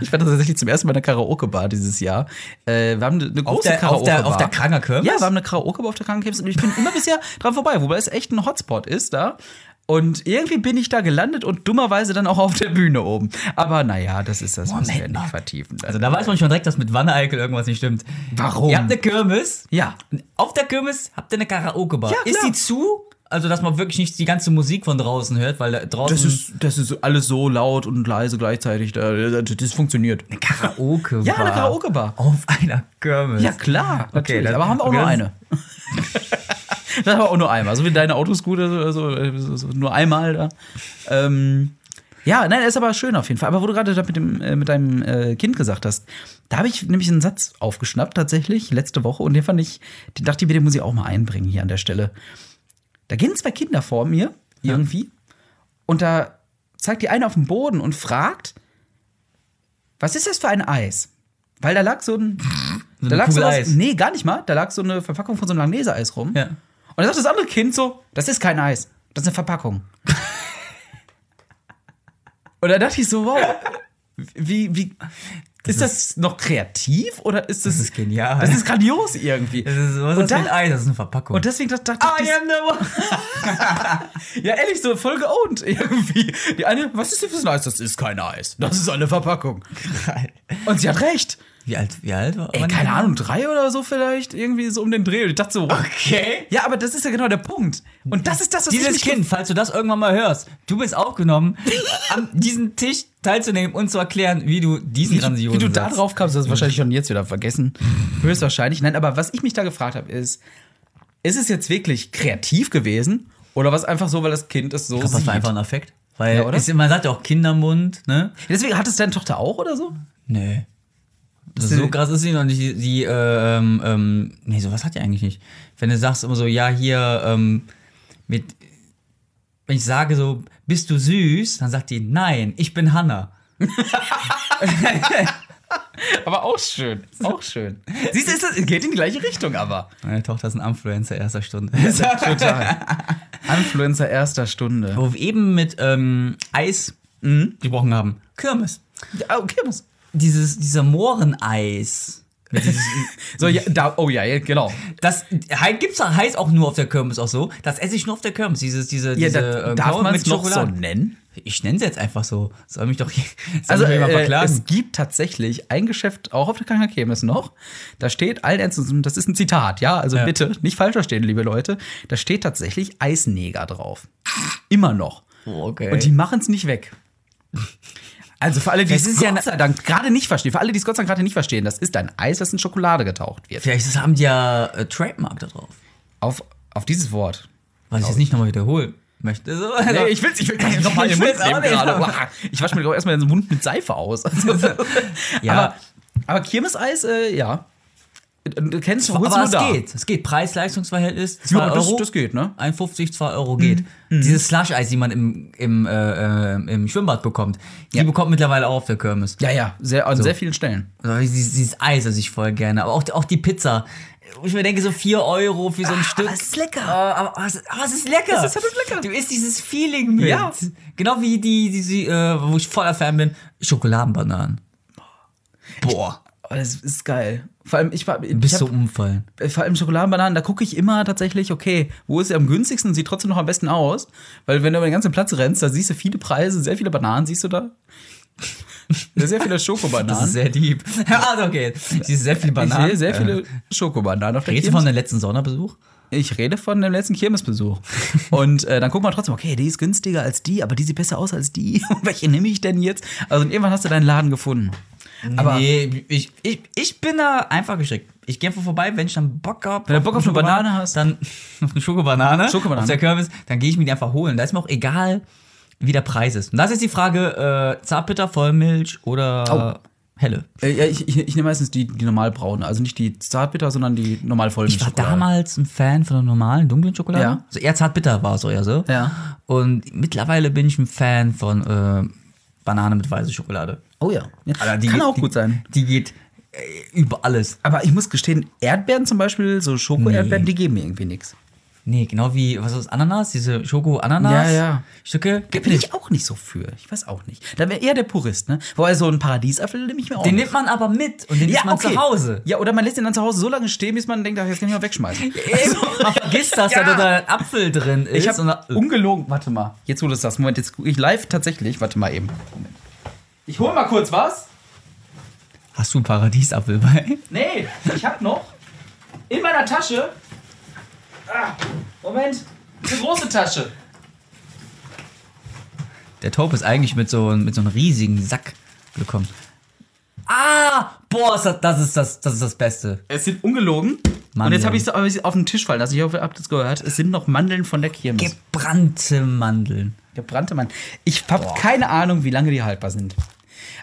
Speaker 4: Ich war tatsächlich zum ersten Mal in einer Karaoke-Bar dieses Jahr. Äh, wir haben eine große
Speaker 3: der- auf der-
Speaker 4: Karaoke-Bar.
Speaker 3: auf der Kranger Kirmes?
Speaker 4: Ja, wir haben eine Karaoke-Bar auf der Kranger Kirmes und ich bin immer bisher dran vorbei, wobei es echt ein Hotspot ist da. Und irgendwie bin ich da gelandet und dummerweise dann auch auf der Bühne oben. Aber naja, das ist das, was wir
Speaker 3: Moment mal.
Speaker 4: nicht vertiefen.
Speaker 3: Also da weiß man schon direkt, dass mit Wanne Eickel irgendwas nicht stimmt.
Speaker 4: Warum?
Speaker 3: Ihr habt eine Kirmes.
Speaker 4: Ja.
Speaker 3: Auf der Kirmes habt ihr eine Karaoke-Bar.
Speaker 4: Ja,
Speaker 3: ist
Speaker 4: klar.
Speaker 3: die zu? Also, dass man wirklich nicht die ganze Musik von draußen hört, weil da draußen.
Speaker 4: Das ist, das ist alles so laut und leise gleichzeitig. da- also Das, das funktioniert.
Speaker 3: Karaoke-Bar.
Speaker 4: Ja, eine Karaoke-Bar.
Speaker 3: Auf einer Kirmes.
Speaker 4: Ja, klar.
Speaker 3: Okay,
Speaker 4: Okay,
Speaker 3: dann-
Speaker 4: aber haben wir auch
Speaker 3: okay,
Speaker 4: nur
Speaker 3: das-
Speaker 4: eine. das haben wir auch nur einmal. So wie deine Autoscooter, so, also, so, so, so, nur einmal da. Ähm, ja, nein, ist aber schön auf jeden Fall. Aber wo du gerade das mit, dem, äh, mit deinem äh, Kind gesagt hast, da habe ich nämlich einen Satz aufgeschnappt, tatsächlich, letzte Woche. Und den fand ich, den dachte ich mir, den muss ich auch mal einbringen hier an der Stelle. Da gehen zwei Kinder vor mir, irgendwie. Und da zeigt die eine auf den Boden und fragt, was ist das für ein Eis? Weil da lag so ein. da lag so
Speaker 3: Kugel
Speaker 4: was,
Speaker 3: Eis.
Speaker 4: Nee, gar nicht mal. Da lag so eine Verpackung von so einem Langnese-Eis rum.
Speaker 3: Ja.
Speaker 4: Und da sagt das andere Kind so: Das ist kein Eis. Das ist eine Verpackung. und da dachte ich so: Wow, wie. wie ist das noch kreativ oder ist das.
Speaker 3: ist genial.
Speaker 4: Das ist grandios irgendwie.
Speaker 3: Das ist, was
Speaker 4: Und
Speaker 3: ist das
Speaker 4: da-
Speaker 3: für ein Ei? Das ist eine Verpackung.
Speaker 4: und deswegen dachte dachte ich.
Speaker 3: am the one.
Speaker 4: Ja, ehrlich, so voll geowned irgendwie. Die eine, was ist denn für ein Eis? Das ist kein Eis. Das ist eine Verpackung. Und sie hat recht.
Speaker 3: Wie alt, wie alt war
Speaker 4: Ey,
Speaker 3: wann-
Speaker 4: keine Ahnung, drei oder so vielleicht, irgendwie so um den Dreh. Und ich dachte so,
Speaker 3: Okay.
Speaker 4: Ja, aber das ist ja genau der Punkt. Und das ist das, was
Speaker 3: Dieses
Speaker 4: ich mich
Speaker 3: Kind, falls du das irgendwann mal hörst, du bist aufgenommen, an diesem Tisch teilzunehmen und zu erklären, wie du diesen grandiosen
Speaker 4: Wie du da
Speaker 3: Satz-
Speaker 4: drauf kamst, das wahrscheinlich schon jetzt wieder vergessen. Höchstwahrscheinlich. Nein, aber was ich mich da gefragt habe, ist, ist es jetzt wirklich kreativ gewesen oder was einfach so, weil das Kind es so
Speaker 3: Ich glaub, das
Speaker 4: sieht?
Speaker 3: war einfach ein Affekt. Weil
Speaker 4: Ja, oder?
Speaker 3: Ist, man sagt ja auch Kindermund, ne?
Speaker 4: Deswegen hat es deine Tochter auch oder so?
Speaker 3: Nee. So
Speaker 4: die-
Speaker 3: krass ist sie noch nicht. Die, die äh, ähm, ähm, nee, sowas hat die eigentlich nicht. Wenn du sagst immer so, ja, hier, ähm, mit, wenn ich sage so, bist du süß, dann sagt die, nein, ich bin Hanna.
Speaker 4: Aber auch schön. Auch schön. Siehst du, es ist- geht in die gleiche Richtung, aber.
Speaker 3: Meine Tochter ist ein Influencer erster Stunde.
Speaker 4: Total. Influencer erster Stunde.
Speaker 3: Wo wir eben mit ähm, Eis
Speaker 4: Mhm.
Speaker 3: gesprochen haben. Kirmes.
Speaker 4: Ah, okay, was?
Speaker 3: Dieses, dieser Mohreneis. Mit dieses,
Speaker 4: So, ja, da, oh ja, ja, genau.
Speaker 3: das he- gibt's da heiß auch nur auf der Kirmes auch so. Das esse ich nur auf der Kirmes. Dieses, diese,
Speaker 4: Ja,
Speaker 3: diese
Speaker 4: da,
Speaker 3: äh,
Speaker 4: darf
Speaker 3: Blauen
Speaker 4: man
Speaker 3: mit
Speaker 4: es noch so
Speaker 3: Schokolade.
Speaker 4: nennen?
Speaker 3: Ich nenne es jetzt einfach so. Soll mich doch
Speaker 4: Also,
Speaker 3: also, mich jemand
Speaker 4: äh,
Speaker 3: verklagen.
Speaker 4: es gibt tatsächlich ein Geschäft, auch auf der Kranker Kirmes noch. Da steht allen Ernstes, und das ist ein Zitat, ja, also
Speaker 3: Ja.
Speaker 4: bitte nicht falsch verstehen, liebe Leute. Da steht tatsächlich Eisneger drauf. Immer noch.
Speaker 3: Oh, okay.
Speaker 4: Und die machen es nicht weg. Also für alle, die
Speaker 3: Das
Speaker 4: es
Speaker 3: ist
Speaker 4: Gott
Speaker 3: ja ne-
Speaker 4: sei Dank gerade nicht verstehen, für alle, die es Gott sei Dank gerade nicht verstehen, das ist ein Eis, das in Schokolade getaucht wird.
Speaker 3: Vielleicht haben die ja äh, Trademark da drauf.
Speaker 4: auf, auf dieses Wort.
Speaker 3: Was ich jetzt nicht nochmal wiederholen möchte. So, also-
Speaker 4: Nee, ich will ich will gar nicht nochmal in den
Speaker 3: Ich
Speaker 4: Mund
Speaker 3: will's
Speaker 4: nehmen
Speaker 3: auch nicht.
Speaker 4: gerade. Uah, Ich wasche mir doch erstmal den Mund mit Seife aus. Also,
Speaker 3: Ja.
Speaker 4: Aber, aber Kirmeseis, äh, ja. Du kennst du holst
Speaker 3: aber
Speaker 4: nur
Speaker 3: es
Speaker 4: da.
Speaker 3: geht. Es geht. Preis-Leistungsverhältnis, 2
Speaker 4: Ja, das,
Speaker 3: Euro.
Speaker 4: das geht, ne? Mhm.
Speaker 3: 1,50, 2 Euro geht. Dieses Slush-Eis, die man im, im, äh, äh, im Schwimmbad bekommt, die
Speaker 4: Ja.
Speaker 3: bekommt mittlerweile auch auf der Kirmes.
Speaker 4: Ja, ja, sehr, an sehr vielen Stellen.
Speaker 3: Also dieses, dieses Eis, das ich voll gerne. Aber auch, die- auch die Pizza. Wo ich mir denke, so 4 Euro für so ein Stück.
Speaker 4: Ah, aber es ist lecker.
Speaker 3: Äh, aber, aber, es, aber es ist lecker.
Speaker 4: Es ist verdammt lecker.
Speaker 3: Du isst dieses Feeling mit.
Speaker 4: Ja.
Speaker 3: Genau wie die, die, die äh, wo ich voller Fan bin, Schokoladenbananen. Boah,
Speaker 4: Aber Oh, das ist geil. Vor allem, ich war. ich
Speaker 3: bis
Speaker 4: hab-
Speaker 3: zum Umfallen.
Speaker 4: äh, vor allem Schokoladenbananen, da gucke ich immer tatsächlich, okay, wo ist sie am günstigsten und sieht trotzdem noch am besten aus? Weil wenn du über den ganzen Platz rennst, da siehst du viele Preise, sehr viele Bananen, siehst du da? sehr viele
Speaker 3: Das ist
Speaker 4: Schokobananen.
Speaker 3: sehr deep. also okay. Sie ist sehr viel
Speaker 4: Ich
Speaker 3: Bananen.
Speaker 4: sehe sehr
Speaker 3: Äh,
Speaker 4: viele Schokobananen auf der
Speaker 3: redest du von deinem letzten Sonderbesuch?
Speaker 4: Ich rede von dem letzten Kirmesbesuch. Und äh, dann guckt man trotzdem, okay, die ist günstiger als die, aber die sieht besser aus als die. Welche nehme ich denn jetzt? Also und irgendwann hast du deinen Laden gefunden. Aber
Speaker 3: nee, ich, ich, ich bin da einfach geschickt. Ich gehe einfach vorbei, wenn ich dann Bock habe.
Speaker 4: Wenn du Bock auf eine Banane hast.
Speaker 3: Dann auf eine Schokobanane.
Speaker 4: Schokobanane.
Speaker 3: Auf der Kürbis, dann gehe ich mir die einfach holen. Da ist mir auch egal, wie der Preis ist. Und das ist die Frage, äh, Zartbitter, Vollmilch oder helle.
Speaker 4: äh, ja, ich, ich, ich nehme meistens die, die normal braune, also nicht die zartbitter, sondern die normal
Speaker 3: Ich war
Speaker 4: Vollmilchschokolade.
Speaker 3: damals ein Fan von der normalen dunklen Schokolade.
Speaker 4: Ja.
Speaker 3: Also eher zartbitter war es eher so.
Speaker 4: Ja.
Speaker 3: Und mittlerweile bin ich ein Fan von äh, Banane mit weißer Schokolade.
Speaker 4: Oh ja. ja.
Speaker 3: Alter, die
Speaker 4: Kann
Speaker 3: geht-
Speaker 4: auch
Speaker 3: die-
Speaker 4: gut sein.
Speaker 3: Die geht äh, über alles.
Speaker 4: Aber ich muss gestehen, Erdbeeren zum Beispiel, so Schoko-Erdbeeren, die geben mir irgendwie nichts.
Speaker 3: Nee, genau wie, was ist das, Ananas? Diese Schoko-Ananas?
Speaker 4: Ja, ja.
Speaker 3: Stücke?
Speaker 4: Da
Speaker 3: Gib
Speaker 4: bin
Speaker 3: mir den.
Speaker 4: ich auch nicht so für. Ich weiß auch nicht. Da wäre eher der Purist, ne? Wobei so ein Paradiesapfel nehme ich mir auch
Speaker 3: Den
Speaker 4: nicht.
Speaker 3: nimmt man aber mit und den isst man zu Hause.
Speaker 4: Ja, oder man lässt den dann zu Hause so lange stehen, bis man denkt, ach, jetzt kann ich mal wegschmeißen.
Speaker 3: Man vergisst, dass
Speaker 4: Also, Ja.
Speaker 3: da da ein Apfel drin ist.
Speaker 4: Ich habe
Speaker 3: und-
Speaker 4: ungelogen, warte mal. Jetzt wo du es sagst, Moment, jetzt gucke ich live tatsächlich, warte mal eben. Moment. Ich hole mal kurz was.
Speaker 3: Hast du einen Paradiesapfel bei?
Speaker 4: Nee, ich hab noch in meiner Tasche. Ah, Moment, eine große Tasche.
Speaker 3: Der Taupe ist eigentlich mit so, mit so einem riesigen Sack gekommen. Ah, boah, ist das, das, ist das, das ist das Beste.
Speaker 4: Es sind ungelogen. Und
Speaker 3: Mandeln.
Speaker 4: jetzt habe ich es auf den Tisch fallen lassen. Ich hoffe, ihr habt es gehört. Es sind noch Mandeln von der Kirmes.
Speaker 3: Gebrannte Mandeln.
Speaker 4: Gebrannte Mandeln. Ich habe keine Ahnung, wie lange die haltbar sind.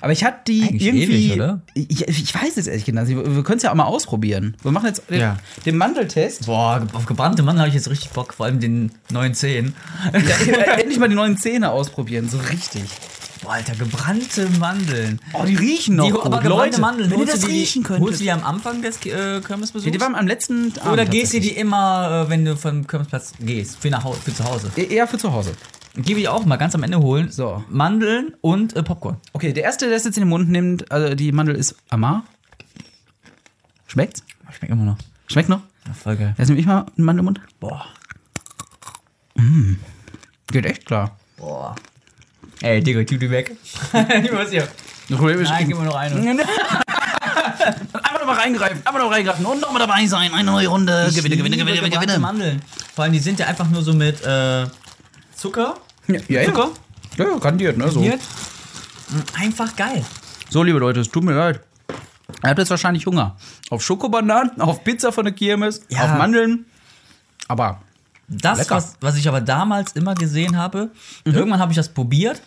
Speaker 4: Aber ich hatte die
Speaker 3: Eigentlich
Speaker 4: irgendwie.
Speaker 3: ewig, oder?
Speaker 4: Ich, ich weiß es ehrlich gesagt. nicht. Wir können es ja auch mal ausprobieren. Wir machen jetzt den,
Speaker 3: Ja.
Speaker 4: den Mandeltest.
Speaker 3: Boah, ge- auf gebrannte Mandeln habe ich jetzt richtig Bock, vor allem den 910.
Speaker 4: Endlich mal die neuen Zähne ausprobieren. So richtig.
Speaker 3: Boah, Alter, gebrannte Mandeln.
Speaker 4: Oh, die riechen noch.
Speaker 3: Die,
Speaker 4: gut.
Speaker 3: aber gebrannte Mandeln,
Speaker 4: wenn ihr
Speaker 3: holst
Speaker 4: das
Speaker 3: du die,
Speaker 4: riechen
Speaker 3: Holst
Speaker 4: könntet.
Speaker 3: du die am Anfang des äh, Kirmesbesuchs?
Speaker 4: Ja, die waren am letzten Abend
Speaker 3: Oder gehst du
Speaker 4: tatsächlich.
Speaker 3: die immer, äh, wenn du vom Kirmesplatz gehst, für, nach Hause, für zu Hause?
Speaker 4: E-, Eher für zu Hause.
Speaker 3: Gebe ich auch mal ganz am Ende holen.
Speaker 4: So.
Speaker 3: Mandeln und äh, Popcorn.
Speaker 4: Okay, der erste, der es jetzt in den Mund nimmt, also die Mandel ist Amar. Schmeckt's?
Speaker 3: Schmeckt immer noch.
Speaker 4: Schmeckt noch?
Speaker 3: Ja, voll geil.
Speaker 4: Jetzt nehme ich mal einen Mandelmund.
Speaker 3: Boah.
Speaker 4: Geht echt klar.
Speaker 3: Boah. Ey, Digga, tu die weg. ich muss hier.
Speaker 4: Das Problem ist,
Speaker 3: Nein, gib mir noch eine.
Speaker 4: Einfach nochmal reingreifen, einfach nochmal reingreifen und nochmal dabei sein. Eine neue Runde.
Speaker 3: Ich
Speaker 4: gewinne, gewinne,
Speaker 3: liebe
Speaker 4: gewinne,
Speaker 3: gebrannte
Speaker 4: gewinne.
Speaker 3: Mandeln. Vor allem, die sind ja einfach nur so mit äh, Zucker.
Speaker 4: Ja, ja, ja.
Speaker 3: Zucker?
Speaker 4: ja, ja kandiert, ne? So.
Speaker 3: Hier. Hm, Einfach geil.
Speaker 4: so, liebe Leute, es tut mir leid. Ihr habt jetzt wahrscheinlich Hunger. Auf Schokobananen, auf Pizza von der Kirmes,
Speaker 3: Ja.
Speaker 4: auf Mandeln. Aber
Speaker 3: Das,
Speaker 4: Lecker. Mhm.
Speaker 3: was, was ich aber damals immer gesehen habe, irgendwann habe ich das probiert.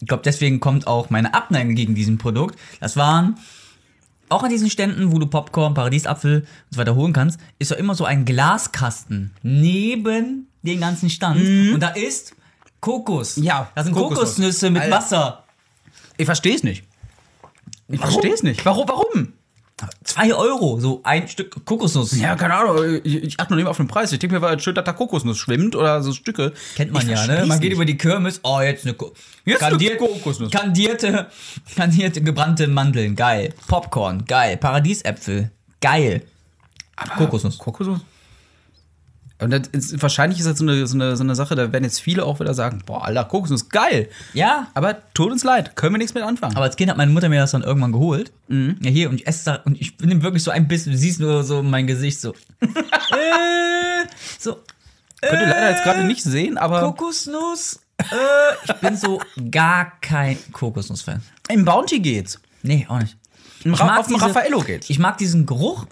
Speaker 3: Ich glaube, deswegen kommt auch meine Abneigung gegen diesen Produkt. Das waren auch an diesen Ständen, wo du Popcorn, Paradiesapfel und so weiter holen kannst, ist ja immer so ein Glaskasten neben den ganzen Stand. Und da ist Kokos.
Speaker 4: Mhm. Ja,
Speaker 3: Da sind
Speaker 4: Kokosnuss.
Speaker 3: Kokosnüsse mit
Speaker 4: Alter.
Speaker 3: Wasser.
Speaker 4: ich verstehe es nicht. Ich
Speaker 3: Warum?
Speaker 4: verstehe es nicht. Warum? Warum?
Speaker 3: Zwei Euro, so ein Stück Kokosnuss.
Speaker 4: Ja, keine Ahnung. Ich, ich achte nur nicht mehr auf den Preis. Ich denke mir, war schön, dass da Kokosnuss schwimmt oder so Stücke.
Speaker 3: Kennt man
Speaker 4: Ich
Speaker 3: ja, ne?
Speaker 4: versteh's
Speaker 3: Man geht
Speaker 4: nicht.
Speaker 3: über die Kirmes. Oh, jetzt eine, Ko
Speaker 4: Jetzt eine
Speaker 3: kandiert-
Speaker 4: Kokosnuss.
Speaker 3: Kandierte, kandierte gebrannte Mandeln. Geil. Popcorn. Geil. Paradiesäpfel. Geil. Kokosnuss.
Speaker 4: Kokosnuss. Und das ist, wahrscheinlich ist das so eine, so, eine, so eine Sache, da werden jetzt viele auch wieder sagen: Boah, Alter, Kokosnuss, geil.
Speaker 3: Ja.
Speaker 4: Aber tut uns leid, können wir nichts mit anfangen.
Speaker 3: Aber als Kind hat meine Mutter mir das dann irgendwann geholt. Ja, hier, und ich esse da, und ich bin wirklich so ein bisschen, du siehst nur so mein Gesicht so. äh, so,
Speaker 4: Könnt ihr leider jetzt gerade nicht sehen, aber
Speaker 3: Kokosnuss. Äh, ich bin so gar kein Kokosnuss-Fan.
Speaker 4: im Bounty geht's.
Speaker 3: Nee, auch nicht.
Speaker 4: Im
Speaker 3: Ich
Speaker 4: Ra
Speaker 3: mag
Speaker 4: auf dem
Speaker 3: diese-
Speaker 4: Raffaello geht's.
Speaker 3: Ich mag diesen Geruch.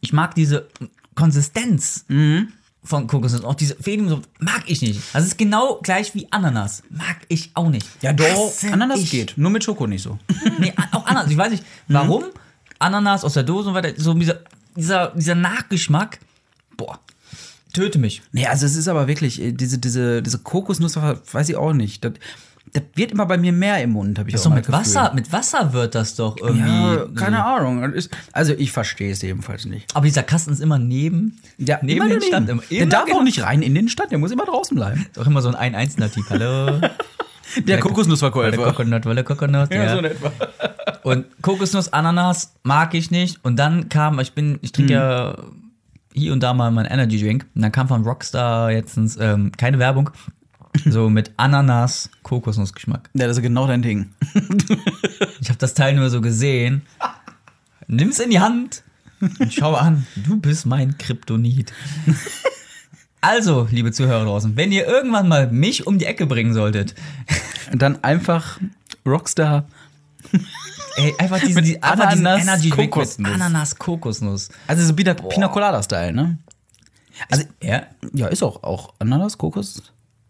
Speaker 3: Ich mag diese Konsistenz
Speaker 4: Mhm.
Speaker 3: von Kokosnuss, auch diese Fedium, mag ich nicht. Das ist genau gleich wie Ananas. Mag ich auch nicht.
Speaker 4: Ja, doch,
Speaker 3: Hasse
Speaker 4: Ananas
Speaker 3: ich.
Speaker 4: geht. Mhm. Nur mit Schoko nicht so.
Speaker 3: Nee, a- auch Ananas. Ich weiß nicht, warum Ananas aus der Dose und weiter, so dieser, dieser, dieser Nachgeschmack, boah, töte mich.
Speaker 4: Nee, also es ist aber wirklich, äh, diese, diese, diese Kokosnuss, weiß ich auch nicht. Das, das wird immer bei mir mehr im Mund, habe ich
Speaker 3: Das ist
Speaker 4: auch
Speaker 3: doch
Speaker 4: mal
Speaker 3: mit
Speaker 4: das Gefühl.
Speaker 3: Wasser, mit Wasser wird das doch irgendwie.
Speaker 4: Ja, Äh, keine Ahnung. Das ist- Also ich verstehe es jedenfalls nicht.
Speaker 3: Aber dieser Kasten ist immer neben, neben
Speaker 4: immer
Speaker 3: den
Speaker 4: daneben.
Speaker 3: Stand. Immer,
Speaker 4: Der darf
Speaker 3: genau.
Speaker 4: auch nicht rein in den Stand, der muss immer draußen bleiben.
Speaker 3: Ist Auch immer so ein ein einzelner Typ. Hallo. Wolle
Speaker 4: Der Kokosnussverkäufer.
Speaker 3: Coconut, Wolle Coconut. Ja,
Speaker 4: in etwa.
Speaker 3: Und Kokosnuss, Ananas mag ich nicht. Und dann kam, ich bin, ich
Speaker 4: Hm.
Speaker 3: trinke ja hier und da mal meinen Energy Drink. Und dann kam von Rockstar letztens, ähm, keine Werbung, so mit Ananas, Kokosnussgeschmack.
Speaker 4: Ja, das ist genau dein Ding.
Speaker 3: Ich habe das Teil nur so gesehen. Nimm's in die Hand und schau an, du bist mein Kryptonit. Also, liebe Zuhörer draußen, wenn ihr irgendwann mal mich um die Ecke bringen solltet,
Speaker 4: Und dann einfach Rockstar.
Speaker 3: ey, einfach diesen,
Speaker 4: Mit
Speaker 3: die, einfach diesen
Speaker 4: Ananas,
Speaker 3: Energy Drink mit
Speaker 4: Kokosnuss.
Speaker 3: Ananas, Kokosnuss.
Speaker 4: Also so wieder Pina Colada-Style, ne? Also,
Speaker 3: Ja,
Speaker 4: ja, ist auch, auch Ananas, Kokos.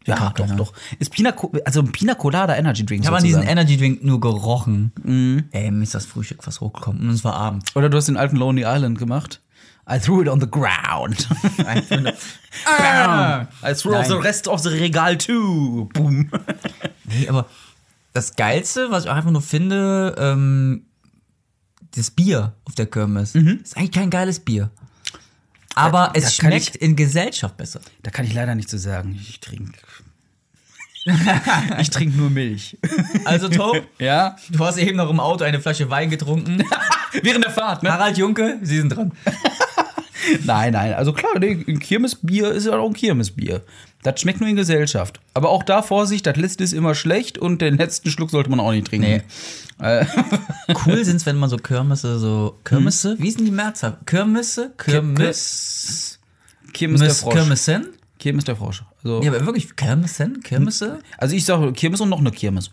Speaker 4: Ja,
Speaker 3: Ja,
Speaker 4: doch,
Speaker 3: keine
Speaker 4: doch. Ist Pina, Co- also ein Pina Colada Energy Drink.
Speaker 3: Ich habe an diesen
Speaker 4: sozusagen. Mhm.
Speaker 3: Energy Drink nur gerochen. Ey, mir ist das Frühstück fast hochgekommen. Und es war Abend.
Speaker 4: Oder du hast den alten Lonely Island gemacht. I threw it on the ground. Ah! Bam. I threw off
Speaker 3: Nein.
Speaker 4: the rest of the Regal too. Boom.
Speaker 3: Nee, aber das Geilste, was ich auch einfach nur finde, ähm, das Bier auf der Kirmes. Ist eigentlich kein geiles Bier. Aber es
Speaker 4: Mhm. da kann
Speaker 3: schmeckt in Gesellschaft besser.
Speaker 4: Da kann ich leider nicht zu so sagen. Ich trinke. ich trinke nur Milch.
Speaker 3: Also, Tom,
Speaker 4: Ja?
Speaker 3: du hast eben noch im Auto eine Flasche Wein getrunken.
Speaker 4: Während der Fahrt, ne?
Speaker 3: Harald Junke, Sie sind dran.
Speaker 4: Nein, nein. Also klar, nee, ein Kirmesbier ist ja auch ein Kirmesbier. Das schmeckt nur in Gesellschaft. Aber auch da Vorsicht, das letzte ist immer schlecht und den letzten Schluck sollte man auch nicht trinken.
Speaker 3: Cool sind es, wenn man so Kirmesse, so Kirmesse, Hm? wie sind die Mehrzahl? Kirmesse, Kirmes,
Speaker 4: Kirmes der Frosch. Kirmes.
Speaker 3: Kirmessen?
Speaker 4: der Frosch. Also,
Speaker 3: Ja, aber wirklich Kirmessen, Kirmesse?
Speaker 4: also ich sage Kirmes und noch eine Kirmes.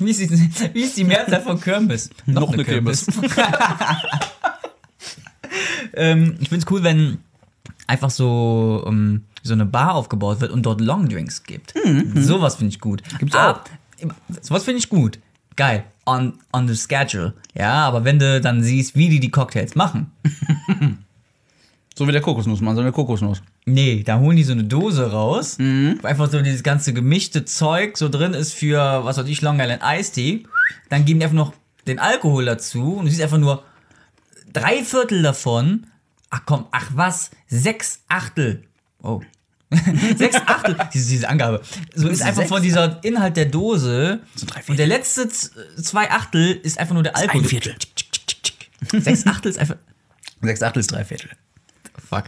Speaker 3: Wie ist, die, wie ist die Mehrzahl von Kirmes?
Speaker 4: Noch eine Kirmes.
Speaker 3: ähm, ich find's cool, wenn einfach so, ähm, so eine Bar aufgebaut wird und dort Longdrinks gibt.
Speaker 4: Mhm,
Speaker 3: Sowas finde ich gut. Gibt's Sowas finde ich gut. Geil. On, on the schedule. Ja, aber wenn du dann siehst, wie die die Cocktails machen.
Speaker 4: So wie der Kokosnussmann, so eine Kokosnuss.
Speaker 3: Nee, da holen die so eine Dose raus,
Speaker 4: Mhm.
Speaker 3: wo einfach so dieses ganze gemischte Zeug so drin ist für, was weiß ich, Long Island Iced Tea. Dann geben die einfach noch den Alkohol dazu und du siehst einfach nur drei Viertel davon. Ach komm, ach was, sechs Achtel. Oh. sechs Achtel, diese, diese Angabe. So ist einfach von dieser Inhalt der Dose.
Speaker 4: drei Viertel.
Speaker 3: und der letzte z- äh, zwei Achtel ist einfach nur der Alkohol.
Speaker 4: ein Viertel.
Speaker 3: Sechs Achtel ist einfach.
Speaker 4: Sechs Achtel ist drei Viertel.
Speaker 3: Fuck.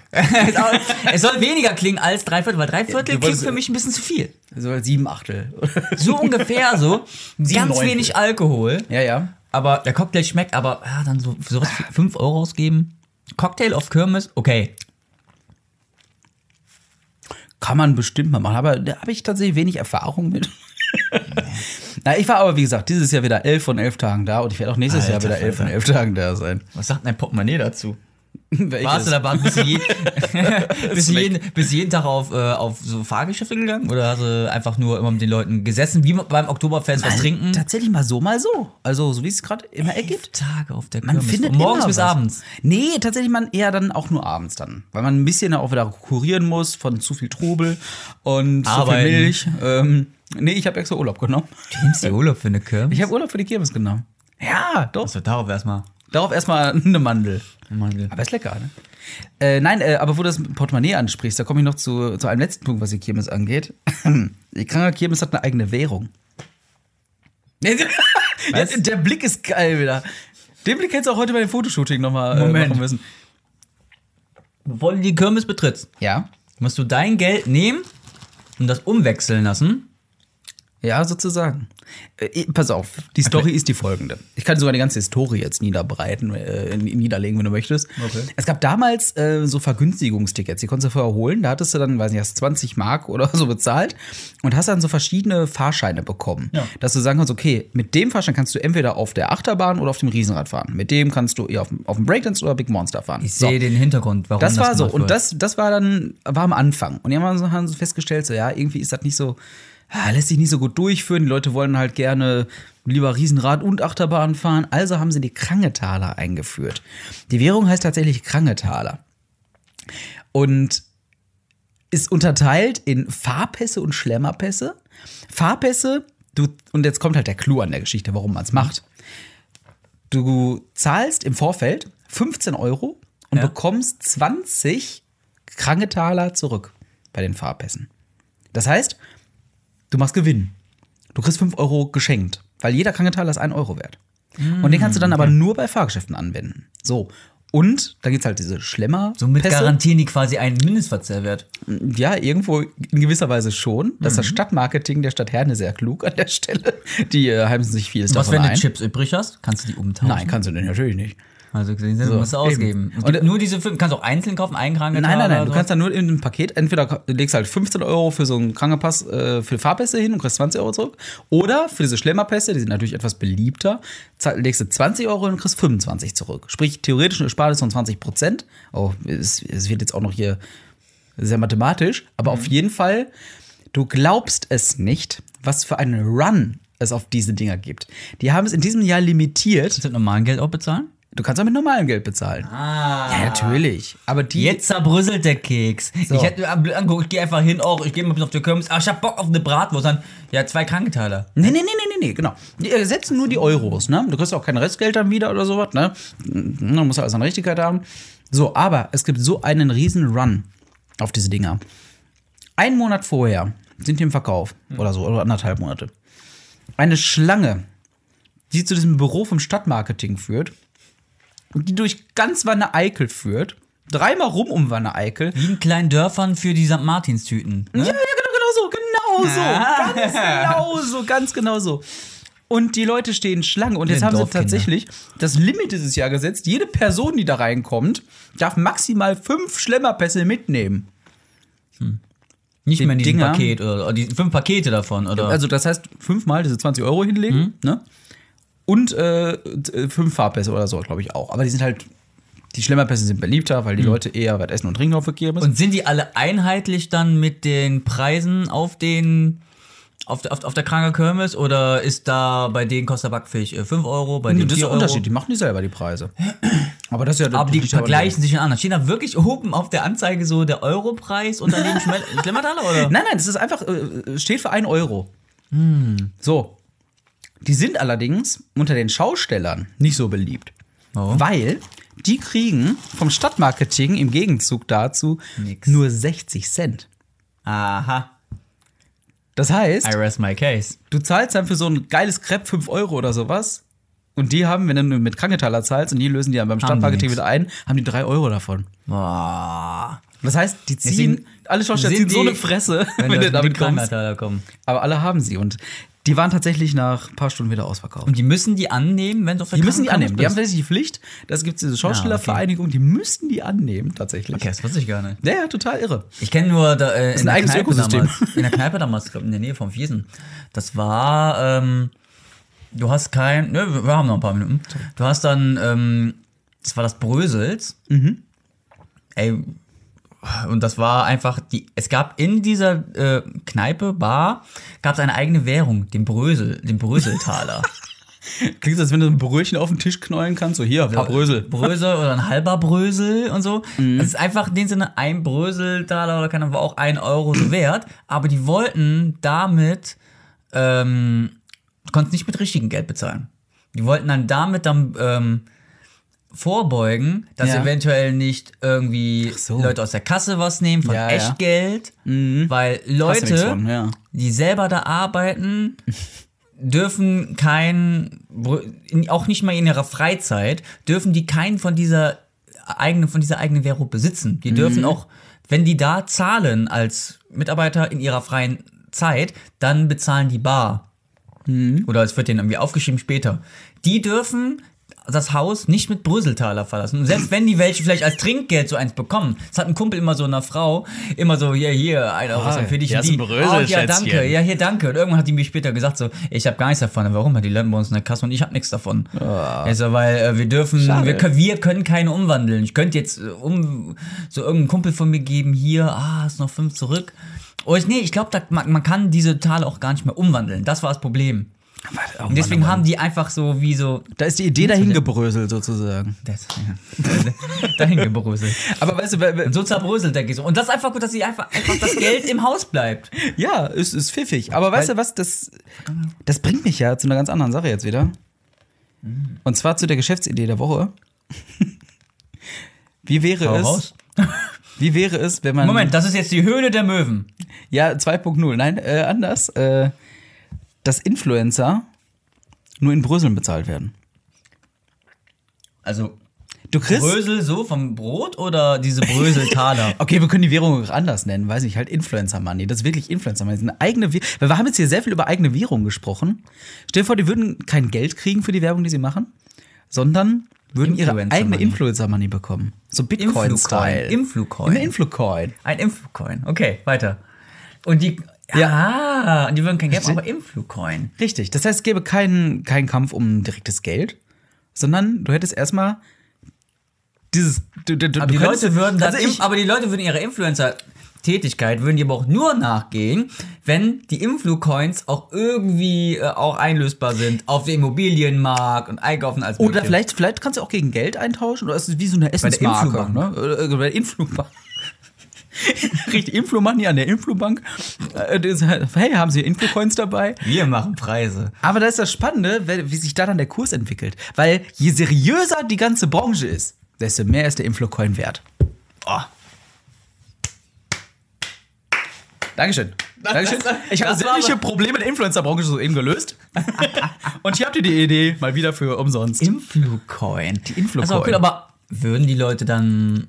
Speaker 3: es soll weniger klingen als Dreiviertel, weil Dreiviertel
Speaker 4: Du
Speaker 3: klingt
Speaker 4: wolltest-
Speaker 3: für mich ein bisschen zu viel.
Speaker 4: So sieben Achtel.
Speaker 3: So ungefähr so. Ganz
Speaker 4: Neuntel.
Speaker 3: wenig Alkohol.
Speaker 4: ja, ja.
Speaker 3: Aber der Cocktail schmeckt, aber ja, dann so für sowas
Speaker 4: Ah.
Speaker 3: 5 Euro ausgeben. Cocktail auf Kirmes, okay.
Speaker 4: Kann man bestimmt mal machen, aber da habe ich tatsächlich wenig Erfahrung mit. Na, ich war aber, wie gesagt, dieses Jahr wieder elf von elf Tagen da und ich werde auch nächstes Jahr
Speaker 3: Alter
Speaker 4: wieder elf von
Speaker 3: Falter.
Speaker 4: elf Tagen da sein.
Speaker 3: Was sagt dein Portemonnaie dazu?
Speaker 4: Welches?
Speaker 3: Warst du da warst, bist, du je, bist, du jeden, bist du jeden Tag auf, äh, auf so Fahrgeschäfte gegangen? Oder hast du einfach nur immer mit den Leuten gesessen, wie beim Oktoberfest, was
Speaker 4: Nein,
Speaker 3: trinken?
Speaker 4: Tatsächlich mal so, mal so. Also, so wie es gerade immer ergibt.
Speaker 3: Elf Tage auf der Kirmes.
Speaker 4: Man findet
Speaker 3: Von morgens
Speaker 4: immer
Speaker 3: bis
Speaker 4: was.
Speaker 3: abends.
Speaker 4: Nee, tatsächlich man eher dann auch nur abends dann, weil man ein bisschen auch wieder kurieren muss von zu viel Trubel und
Speaker 3: Arbeiten.
Speaker 4: zu viel Milch. Ähm, nee, ich habe extra Urlaub genommen.
Speaker 3: Du nimmst dir Urlaub für eine Kirmes?
Speaker 4: Ich habe Urlaub für die Kirmes genommen. Ja, doch.
Speaker 3: Also darauf erstmal.
Speaker 4: Darauf erstmal Oh eine Mandel.
Speaker 3: Mandel.
Speaker 4: Aber ist lecker, ne? Äh, nein, äh, aber wo du das Portemonnaie ansprichst, da komme ich noch zu, zu einem letzten Punkt, was die Kirmes angeht. Die Kranger Kirmes hat eine eigene Währung. Ja, der Blick ist geil wieder. Den Blick hättest du auch heute bei dem Fotoshooting nochmal äh,
Speaker 3: Moment.
Speaker 4: machen müssen.
Speaker 3: Bevor du die Kirmes betrittst,
Speaker 4: Ja.
Speaker 3: musst du dein Geld nehmen und das umwechseln lassen
Speaker 4: Ja, sozusagen. Äh, eh, pass auf, die Story ist die folgende. Ich kann sogar die ganze Historie jetzt niederbreiten, äh, niederlegen, wenn du möchtest.
Speaker 3: Okay.
Speaker 4: Es gab damals äh, so Vergünstigungstickets, die konntest du vorher holen. Da hattest du dann, weiß nicht, hast 20 Mark oder so bezahlt und hast dann so verschiedene Fahrscheine bekommen.
Speaker 3: Ja.
Speaker 4: Dass du sagen kannst, okay, mit dem Fahrschein kannst du entweder auf der Achterbahn oder auf dem Riesenrad fahren. Mit dem kannst du eher auf, dem- auf dem Breakdance oder Big Monster fahren.
Speaker 3: Ich sehe den Hintergrund, warum
Speaker 4: Das, war so.
Speaker 3: gemacht
Speaker 4: Und
Speaker 3: wird.
Speaker 4: das, das war dann, war am Anfang. Und die haben so, haben so festgestellt, so ja, irgendwie ist das nicht so, ah, lässt sich nicht so gut durchführen. Die Leute wollen halt gerne lieber Riesenrad und Achterbahn fahren. Also haben sie die Krangetaler eingeführt. Die Währung heißt tatsächlich Krangetaler. Und ist unterteilt in Fahrpässe und Schlemmerpässe. Fahrpässe, du, und jetzt kommt halt der Clou an der Geschichte, warum man es macht. Du zahlst im Vorfeld 15 Euro und
Speaker 3: Ja.
Speaker 4: bekommst 20 Krangetaler zurück bei den Fahrpässen. Das heißt, du machst Gewinn. Du kriegst 5 Euro geschenkt, weil jeder Krangetaler ist 1 Euro wert.
Speaker 3: Hm,
Speaker 4: und den kannst du dann aber nur bei Fahrgeschäften anwenden. So. Und dann gibt es halt diese Schlemmer.
Speaker 3: Somit
Speaker 4: Pässe.
Speaker 3: garantieren die quasi einen Mindestverzehrwert.
Speaker 4: Ja, irgendwo in gewisser Weise schon. Das
Speaker 3: Mhm.
Speaker 4: ist das Stadtmarketing der Stadt Herne sehr klug an der Stelle. Die äh, heimsen sich vieles
Speaker 3: Was,
Speaker 4: davon
Speaker 3: wenn du
Speaker 4: ein.
Speaker 3: Chips übrig hast, kannst du die umtauschen?
Speaker 4: Nein, kannst du denn natürlich nicht.
Speaker 3: Also gesehen, du musst du ausgeben. Es gibt
Speaker 4: Und-
Speaker 3: nur diese fünf. Kannst du auch einzeln kaufen, einen Kragen
Speaker 4: Nein, nein, nein. Du kannst dann nur in einem Paket, entweder ka- legst halt 15 Euro für so einen Krankenpass äh, für Fahrpässe hin und kriegst 20 Euro zurück. Oder für diese Schlemmerpässe, die sind natürlich etwas beliebter, zahl- legst du 20 Euro hin und kriegst 25 zurück. Sprich, theoretisch eine Ersparnis von 20 Prozent. Oh, es, es wird jetzt auch noch hier sehr mathematisch, aber auf
Speaker 3: Mhm.
Speaker 4: jeden Fall, du glaubst es nicht, was für einen Run es auf diese Dinger gibt. Die haben es in diesem Jahr limitiert.
Speaker 3: Kannst du mit normalem Geld auch bezahlen?
Speaker 4: Du kannst auch mit normalem Geld bezahlen.
Speaker 3: Ah.
Speaker 4: Ja, natürlich. Aber die.
Speaker 3: Jetzt zerbröselt der Keks. Ich hätte mir am- angeguckt, ich gehe einfach hin, auch ich gehe mal bis auf die Kirmes. Ah, ich hab Bock auf eine Bratwurst. Dann, ja, zwei Krankenteiler.
Speaker 4: Nee, nee, nee, nee, nee, nee, genau. Die ersetzen nur die Euros, ne? Du kriegst auch kein Restgeld dann wieder oder sowas, ne? Du musst ja alles an Richtigkeit haben. So, aber es gibt so einen riesen Run auf diese Dinger. Ein Monat vorher sind die im Verkauf oder so, oder anderthalb Monate. Eine Schlange, die zu diesem Büro vom Stadtmarketing führt, die durch ganz Wanne-Eickel führt, dreimal rum um Wanne-Eickel,
Speaker 3: Wie in kleinen Dörfern für die St. Martins-Tüten. Ne? Ah.
Speaker 4: ja, ja, genau, genau so, genau so, ganz genau so, ganz genau so. Und die Leute stehen Schlange. Und jetzt
Speaker 3: Sind
Speaker 4: haben sie
Speaker 3: Dorfkinder.
Speaker 4: tatsächlich das Limit dieses Jahr gesetzt. Jede Person, die da reinkommt, darf maximal fünf Schlemmerpässe mitnehmen.
Speaker 3: Hm. Nicht
Speaker 4: die
Speaker 3: mehr in diesem
Speaker 4: Dinger-
Speaker 3: Paket. Oder, oder die fünf Pakete davon. Oder?
Speaker 4: Also das heißt, fünfmal diese 20 Euro hinlegen,
Speaker 3: Hm.
Speaker 4: ne? Und äh, t- fünf Fahrpässe oder so, glaube ich auch. Aber die sind halt, die Schlemmerpässe sind beliebter, weil die Leute eher was essen und trinken aufgegeben ist.
Speaker 3: Hm. Und sind die alle einheitlich dann mit den Preisen auf den auf, der- auf, auf der Kranke Kirmes oder ist da bei denen kostet der Backfisch 5 äh, Euro, bei
Speaker 4: Nee,
Speaker 3: denen
Speaker 4: das ist
Speaker 3: 4
Speaker 4: der
Speaker 3: Euro?
Speaker 4: Unterschied, die machen die selber die Preise. Aber das ist ja
Speaker 3: Aber die
Speaker 4: liegt ja nicht-
Speaker 3: vergleichen sich schon anders. Steht da wirklich oben auf der Anzeige so der Europreis und daneben Schmel- Schlemmertaler oder?
Speaker 4: Nein, nein, das ist einfach, äh, steht für 1 Euro.
Speaker 3: Hm.
Speaker 4: So. Die sind allerdings unter den Schaustellern nicht so beliebt.
Speaker 3: Warum?
Speaker 4: Weil die kriegen vom Stadtmarketing im Gegenzug dazu
Speaker 3: Nix.
Speaker 4: nur 60 Cent.
Speaker 3: Aha,
Speaker 4: Das heißt,
Speaker 3: I rest my case.
Speaker 4: du zahlst dann für so ein geiles Crepe 5 Euro oder sowas. Und die haben, wenn du mit Kranketaler zahlst und die lösen die dann beim Stadtmarketing
Speaker 3: nix.
Speaker 4: wieder ein, haben die 3 Euro davon.
Speaker 3: Boah.
Speaker 4: Das heißt, die ziehen,
Speaker 3: Deswegen
Speaker 4: alle Schausteller ziehen
Speaker 3: sind eh
Speaker 4: so
Speaker 3: die-
Speaker 4: eine Fresse,
Speaker 3: Wenn,
Speaker 4: wenn,
Speaker 3: Leute
Speaker 4: du damit
Speaker 3: mit
Speaker 4: kommst.
Speaker 3: Schlemmertaler kommen.
Speaker 4: Aber alle haben sie und die waren tatsächlich nach ein paar Stunden wieder ausverkauft.
Speaker 3: Und die müssen die annehmen, wenn du auf der
Speaker 4: Die müssen die
Speaker 3: Kranke
Speaker 4: annehmen. Die haben
Speaker 3: Kirmes bist?
Speaker 4: tatsächlich die Pflicht. Das gibt es diese Schaustellervereinigung, die müssen die annehmen, tatsächlich.
Speaker 3: Okay, das wusste ich gar nicht.
Speaker 4: Ja, ja, total irre.
Speaker 3: Ich kenne nur da, äh, in
Speaker 4: ein
Speaker 3: der
Speaker 4: eigenes
Speaker 3: Kneipe
Speaker 4: Ökosystem.
Speaker 3: damals. In der Kneipe damals, ich glaub, in der Nähe von Fiesen. Das war, ähm, du hast kein, ne, wir- wir haben noch ein paar Minuten. Du hast dann, ähm, das war das Brösels.
Speaker 4: Mhm.
Speaker 3: Ey, und das war einfach die, es gab in dieser äh, Kneipe, Bar, gab es eine eigene Währung, den Brösel, den Bröseltaler.
Speaker 4: Klingt, als wenn du ein Brötchen auf den Tisch knäueln kannst. So, hier, Frau Brösel.
Speaker 3: Brösel oder ein halber Brösel und so.
Speaker 4: Mhm.
Speaker 3: Das ist einfach in dem Sinne ein Bröseltaler oder keine Ahnung, war auch ein Euro so wert. Aber die wollten damit, ähm, du konntest nicht mit richtigem Geld bezahlen. Die wollten dann damit dann ähm, vorbeugen, dass
Speaker 4: Ja.
Speaker 3: eventuell nicht irgendwie
Speaker 4: so.
Speaker 3: Leute aus der Kasse was nehmen von
Speaker 4: Ja, ja.
Speaker 3: Echtgeld, weil
Speaker 4: Hast du nichts
Speaker 3: Leute,
Speaker 4: von, ne? ja.
Speaker 3: die selber da arbeiten, dürfen kein, Br- in- auch nicht mal in ihrer Freizeit, dürfen die keinen von dieser eigenen, von dieser eigenen
Speaker 5: Mhm.
Speaker 3: Währung besitzen. Die dürfen auch, wenn die da zahlen als Mitarbeiter in ihrer freien Zeit, dann bezahlen die Bar.
Speaker 5: Mhm.
Speaker 3: Oder es wird denen irgendwie aufgeschrieben später. Die dürfen das Haus nicht mit Bröseltaler verlassen. Und selbst wenn die welche vielleicht als Trinkgeld so eins bekommen. Das hat ein Kumpel immer so einer Frau, immer so, hier, hier, ein Euro ist ja für dich.
Speaker 5: hier
Speaker 3: und
Speaker 5: hast
Speaker 3: die.
Speaker 5: du ein Brösel,
Speaker 3: ja, danke,
Speaker 5: Schätzchen.
Speaker 3: ja, hier, danke. Und irgendwann hat die mir später gesagt, so, ich habe gar nichts davon. Warum? Weil die leben bei uns in der Kasse und ich habe nichts davon. Also, weil äh, wir dürfen, wir, können- wir können keine umwandeln. Ich könnte jetzt äh, um, so irgendeinen Kumpel von mir geben, hier, ah, ist noch fünf zurück. Oh, ich, nee, ich glaube, man, man kann diese Tale auch gar nicht mehr umwandeln. Das war das Problem. Und deswegen haben die einfach so wie so.
Speaker 4: Da ist die Idee dahin gebröselt sozusagen.
Speaker 3: Das, ja, dahin gebröselt.
Speaker 4: Aber weißt du, weil- weil-
Speaker 3: Und so zerbröselt, denke ich so. Und das ist einfach gut, dass sie einfach, einfach das Geld im Haus bleibt.
Speaker 4: ja, ist, ist pfiffig. Aber weißt du was, das, das bringt mich ja zu einer ganz anderen Sache jetzt wieder.
Speaker 3: Mhm.
Speaker 4: Und zwar zu der Geschäftsidee der Woche. Wie wäre
Speaker 3: Hau
Speaker 4: es,
Speaker 3: raus.
Speaker 4: wie wäre es, wenn man
Speaker 3: Moment, das ist jetzt die Höhle der Möwen.
Speaker 4: Ja, 2.0. Nein, äh, anders. Äh, dass Influencer nur in Bröseln bezahlt werden.
Speaker 3: Also
Speaker 4: Du kriegst.
Speaker 3: Brösel so vom Brot oder diese Bröseltaler?
Speaker 4: Okay, wir können die Währung auch anders nennen, weiß nicht, halt Influencer Money. Das ist wirklich Influencer Money. Das ist eine eigene Wäh- Weil wir haben jetzt hier sehr viel über eigene Währung gesprochen. Stell dir vor, die würden kein Geld kriegen für die Werbung, die sie machen, sondern würden ihre
Speaker 3: Influencer
Speaker 4: eigene
Speaker 3: Money.
Speaker 4: Influencer Money bekommen. So Bitcoin-Style.
Speaker 3: Influcoin.
Speaker 4: Eine Influcoin.
Speaker 3: Ein Influcoin. Okay, weiter. Und die. Ah, und die würden kein Geld, aber Influcoin.
Speaker 4: Richtig. Das heißt, es gäbe keinen keinen Kampf um direktes Geld, sondern du hättest erstmal dieses. Du, du, du,
Speaker 3: Aber die
Speaker 4: könntest-
Speaker 3: Leute würden dann
Speaker 4: also ich,
Speaker 3: im, aber die Leute würden ihre Influencer Tätigkeit würden die aber auch nur nachgehen, wenn die Influ-Coins auch irgendwie äh, auch einlösbar sind auf dem Immobilienmarkt und einkaufen als
Speaker 4: Oder
Speaker 3: Mögliche.
Speaker 4: vielleicht, vielleicht kannst du auch gegen Geld eintauschen. Oder es ist wie so eine Essensmarke.
Speaker 3: Influbank.
Speaker 4: Ne? Äh, äh, Bei der Influbank. Richtig, Influmann hier an der Influbank. Äh, das- Hey, haben Sie Influcoins dabei?
Speaker 3: wir machen Preise.
Speaker 4: Aber das ist das Spannende, wer- wie sich da dann der Kurs entwickelt. Weil je seriöser die ganze Branche ist, desto mehr ist der Influcoin wert. Oh. Dankeschön. Dankeschön. Ich habe
Speaker 3: das war
Speaker 4: sämtliche
Speaker 3: aber-
Speaker 4: Probleme der Influencer-Branche soeben gelöst. Und ich habe dir die Idee mal wieder für umsonst.
Speaker 3: Influcoin. Die
Speaker 4: Influcoin.
Speaker 3: Also, cool, aber würden die Leute dann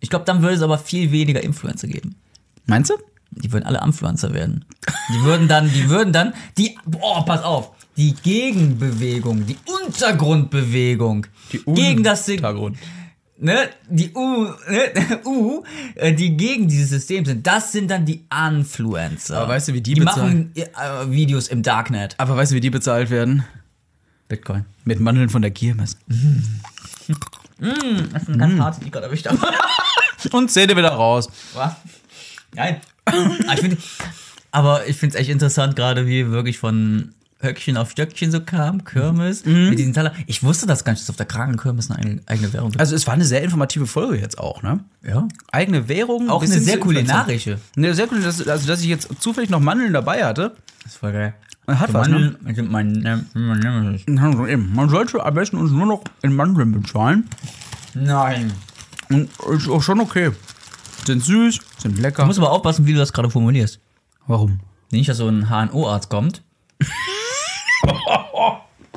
Speaker 3: Ich glaube, dann würde es aber viel weniger Influencer geben.
Speaker 4: Meinst du?
Speaker 3: Die würden alle Influencer werden. Die würden dann, die würden dann, die, oh, pass auf, die Gegenbewegung, die Untergrundbewegung gegen das
Speaker 4: Untergrund.
Speaker 3: ne, die U, ne, U, äh, die gegen dieses System sind, das sind dann die Influencer.
Speaker 4: Aber weißt du, wie die
Speaker 3: Die
Speaker 4: bezahlen?
Speaker 3: machen äh, Videos im Darknet.
Speaker 4: Aber weißt du, wie die bezahlt werden?
Speaker 3: Bitcoin.
Speaker 4: Mit Mandeln von der Kirmes.
Speaker 3: Das ist ein
Speaker 4: Mhm.
Speaker 3: ganz hartes Lied, aber ich da.
Speaker 4: Und zählt ihr wieder raus.
Speaker 3: Was? Nein. Aber ich find, aber ich finde es echt interessant, gerade wie wirklich von Höckchen auf Stöckchen so kam, Kirmes,
Speaker 4: Mhm.
Speaker 3: mit diesen Taler. Ich wusste das gar nicht, dass auf der Kragenkirmes eine eigene- eigene Währung gibt.
Speaker 4: Also es war eine sehr informative Folge jetzt auch, ne?
Speaker 3: ja.
Speaker 4: Eigene Währung.
Speaker 3: Auch
Speaker 4: bis
Speaker 3: eine
Speaker 4: hin
Speaker 3: sehr
Speaker 4: zu Influencer.
Speaker 3: kulinarische.
Speaker 4: Eine sehr cool, dass, also dass ich jetzt zufällig noch Mandeln dabei hatte.
Speaker 3: Das ist voll geil.
Speaker 4: Man hat
Speaker 3: So
Speaker 4: was, ne?
Speaker 3: Mandeln- also mein- ne- man- ne-
Speaker 4: Eben, Man sollte am besten uns nur noch in Mandeln bezahlen.
Speaker 3: Nein.
Speaker 4: Und ist auch schon okay. Sind süß, sind lecker.
Speaker 3: Du musst aber aufpassen, wie du das gerade formulierst.
Speaker 4: Warum?
Speaker 3: Nicht, dass so ein HNO-Arzt kommt.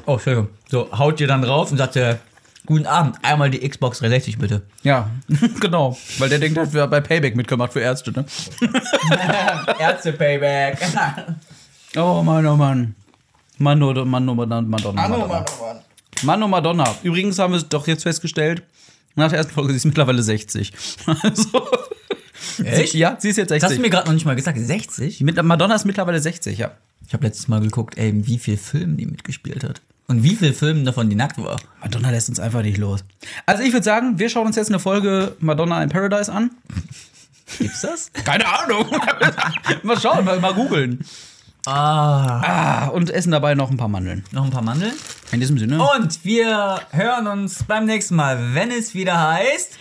Speaker 3: oh, Entschuldigung. So, haut dir dann drauf und sagt, äh, guten Abend, einmal die Xbox 360 bitte.
Speaker 4: Ja, genau. Weil der denkt, hat wir bei Payback mitgemacht für Ärzte, ne?
Speaker 3: Ärzte-Payback.
Speaker 4: Oh Mann, oh Mann. Mann, oh Mann, oh Mann, Mann, Mann, oh Mann, oh Mann. Mann und Madonna. Übrigens haben wir es doch jetzt festgestellt, nach der ersten Folge, sie ist mittlerweile 60. Also,
Speaker 3: Echt?
Speaker 4: Sie, ja, sie ist jetzt
Speaker 3: Das hast du
Speaker 4: 60.
Speaker 3: mir gerade noch nicht mal gesagt. 60?
Speaker 4: Mit, Madonna ist mittlerweile 60, ja.
Speaker 3: Ich habe letztes Mal geguckt, ey, in wie viel Filmen die mitgespielt hat. Und wie viel Filmen davon die nackt war.
Speaker 4: Madonna lässt uns einfach nicht los. Also ich würde sagen, wir schauen uns jetzt eine Folge Madonna in Paradise an.
Speaker 3: Gibt's das?
Speaker 4: Keine Ahnung. mal schauen, mal, mal googeln. Ah. Und essen dabei noch ein paar Mandeln.
Speaker 3: Noch ein paar Mandeln.
Speaker 4: In diesem Sinne.
Speaker 3: Und wir hören uns beim nächsten Mal, wenn es wieder heißt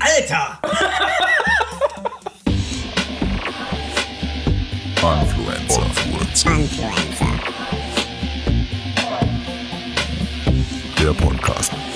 Speaker 3: Alter!
Speaker 1: Influencer.
Speaker 2: Influencer.
Speaker 1: Der Podcast.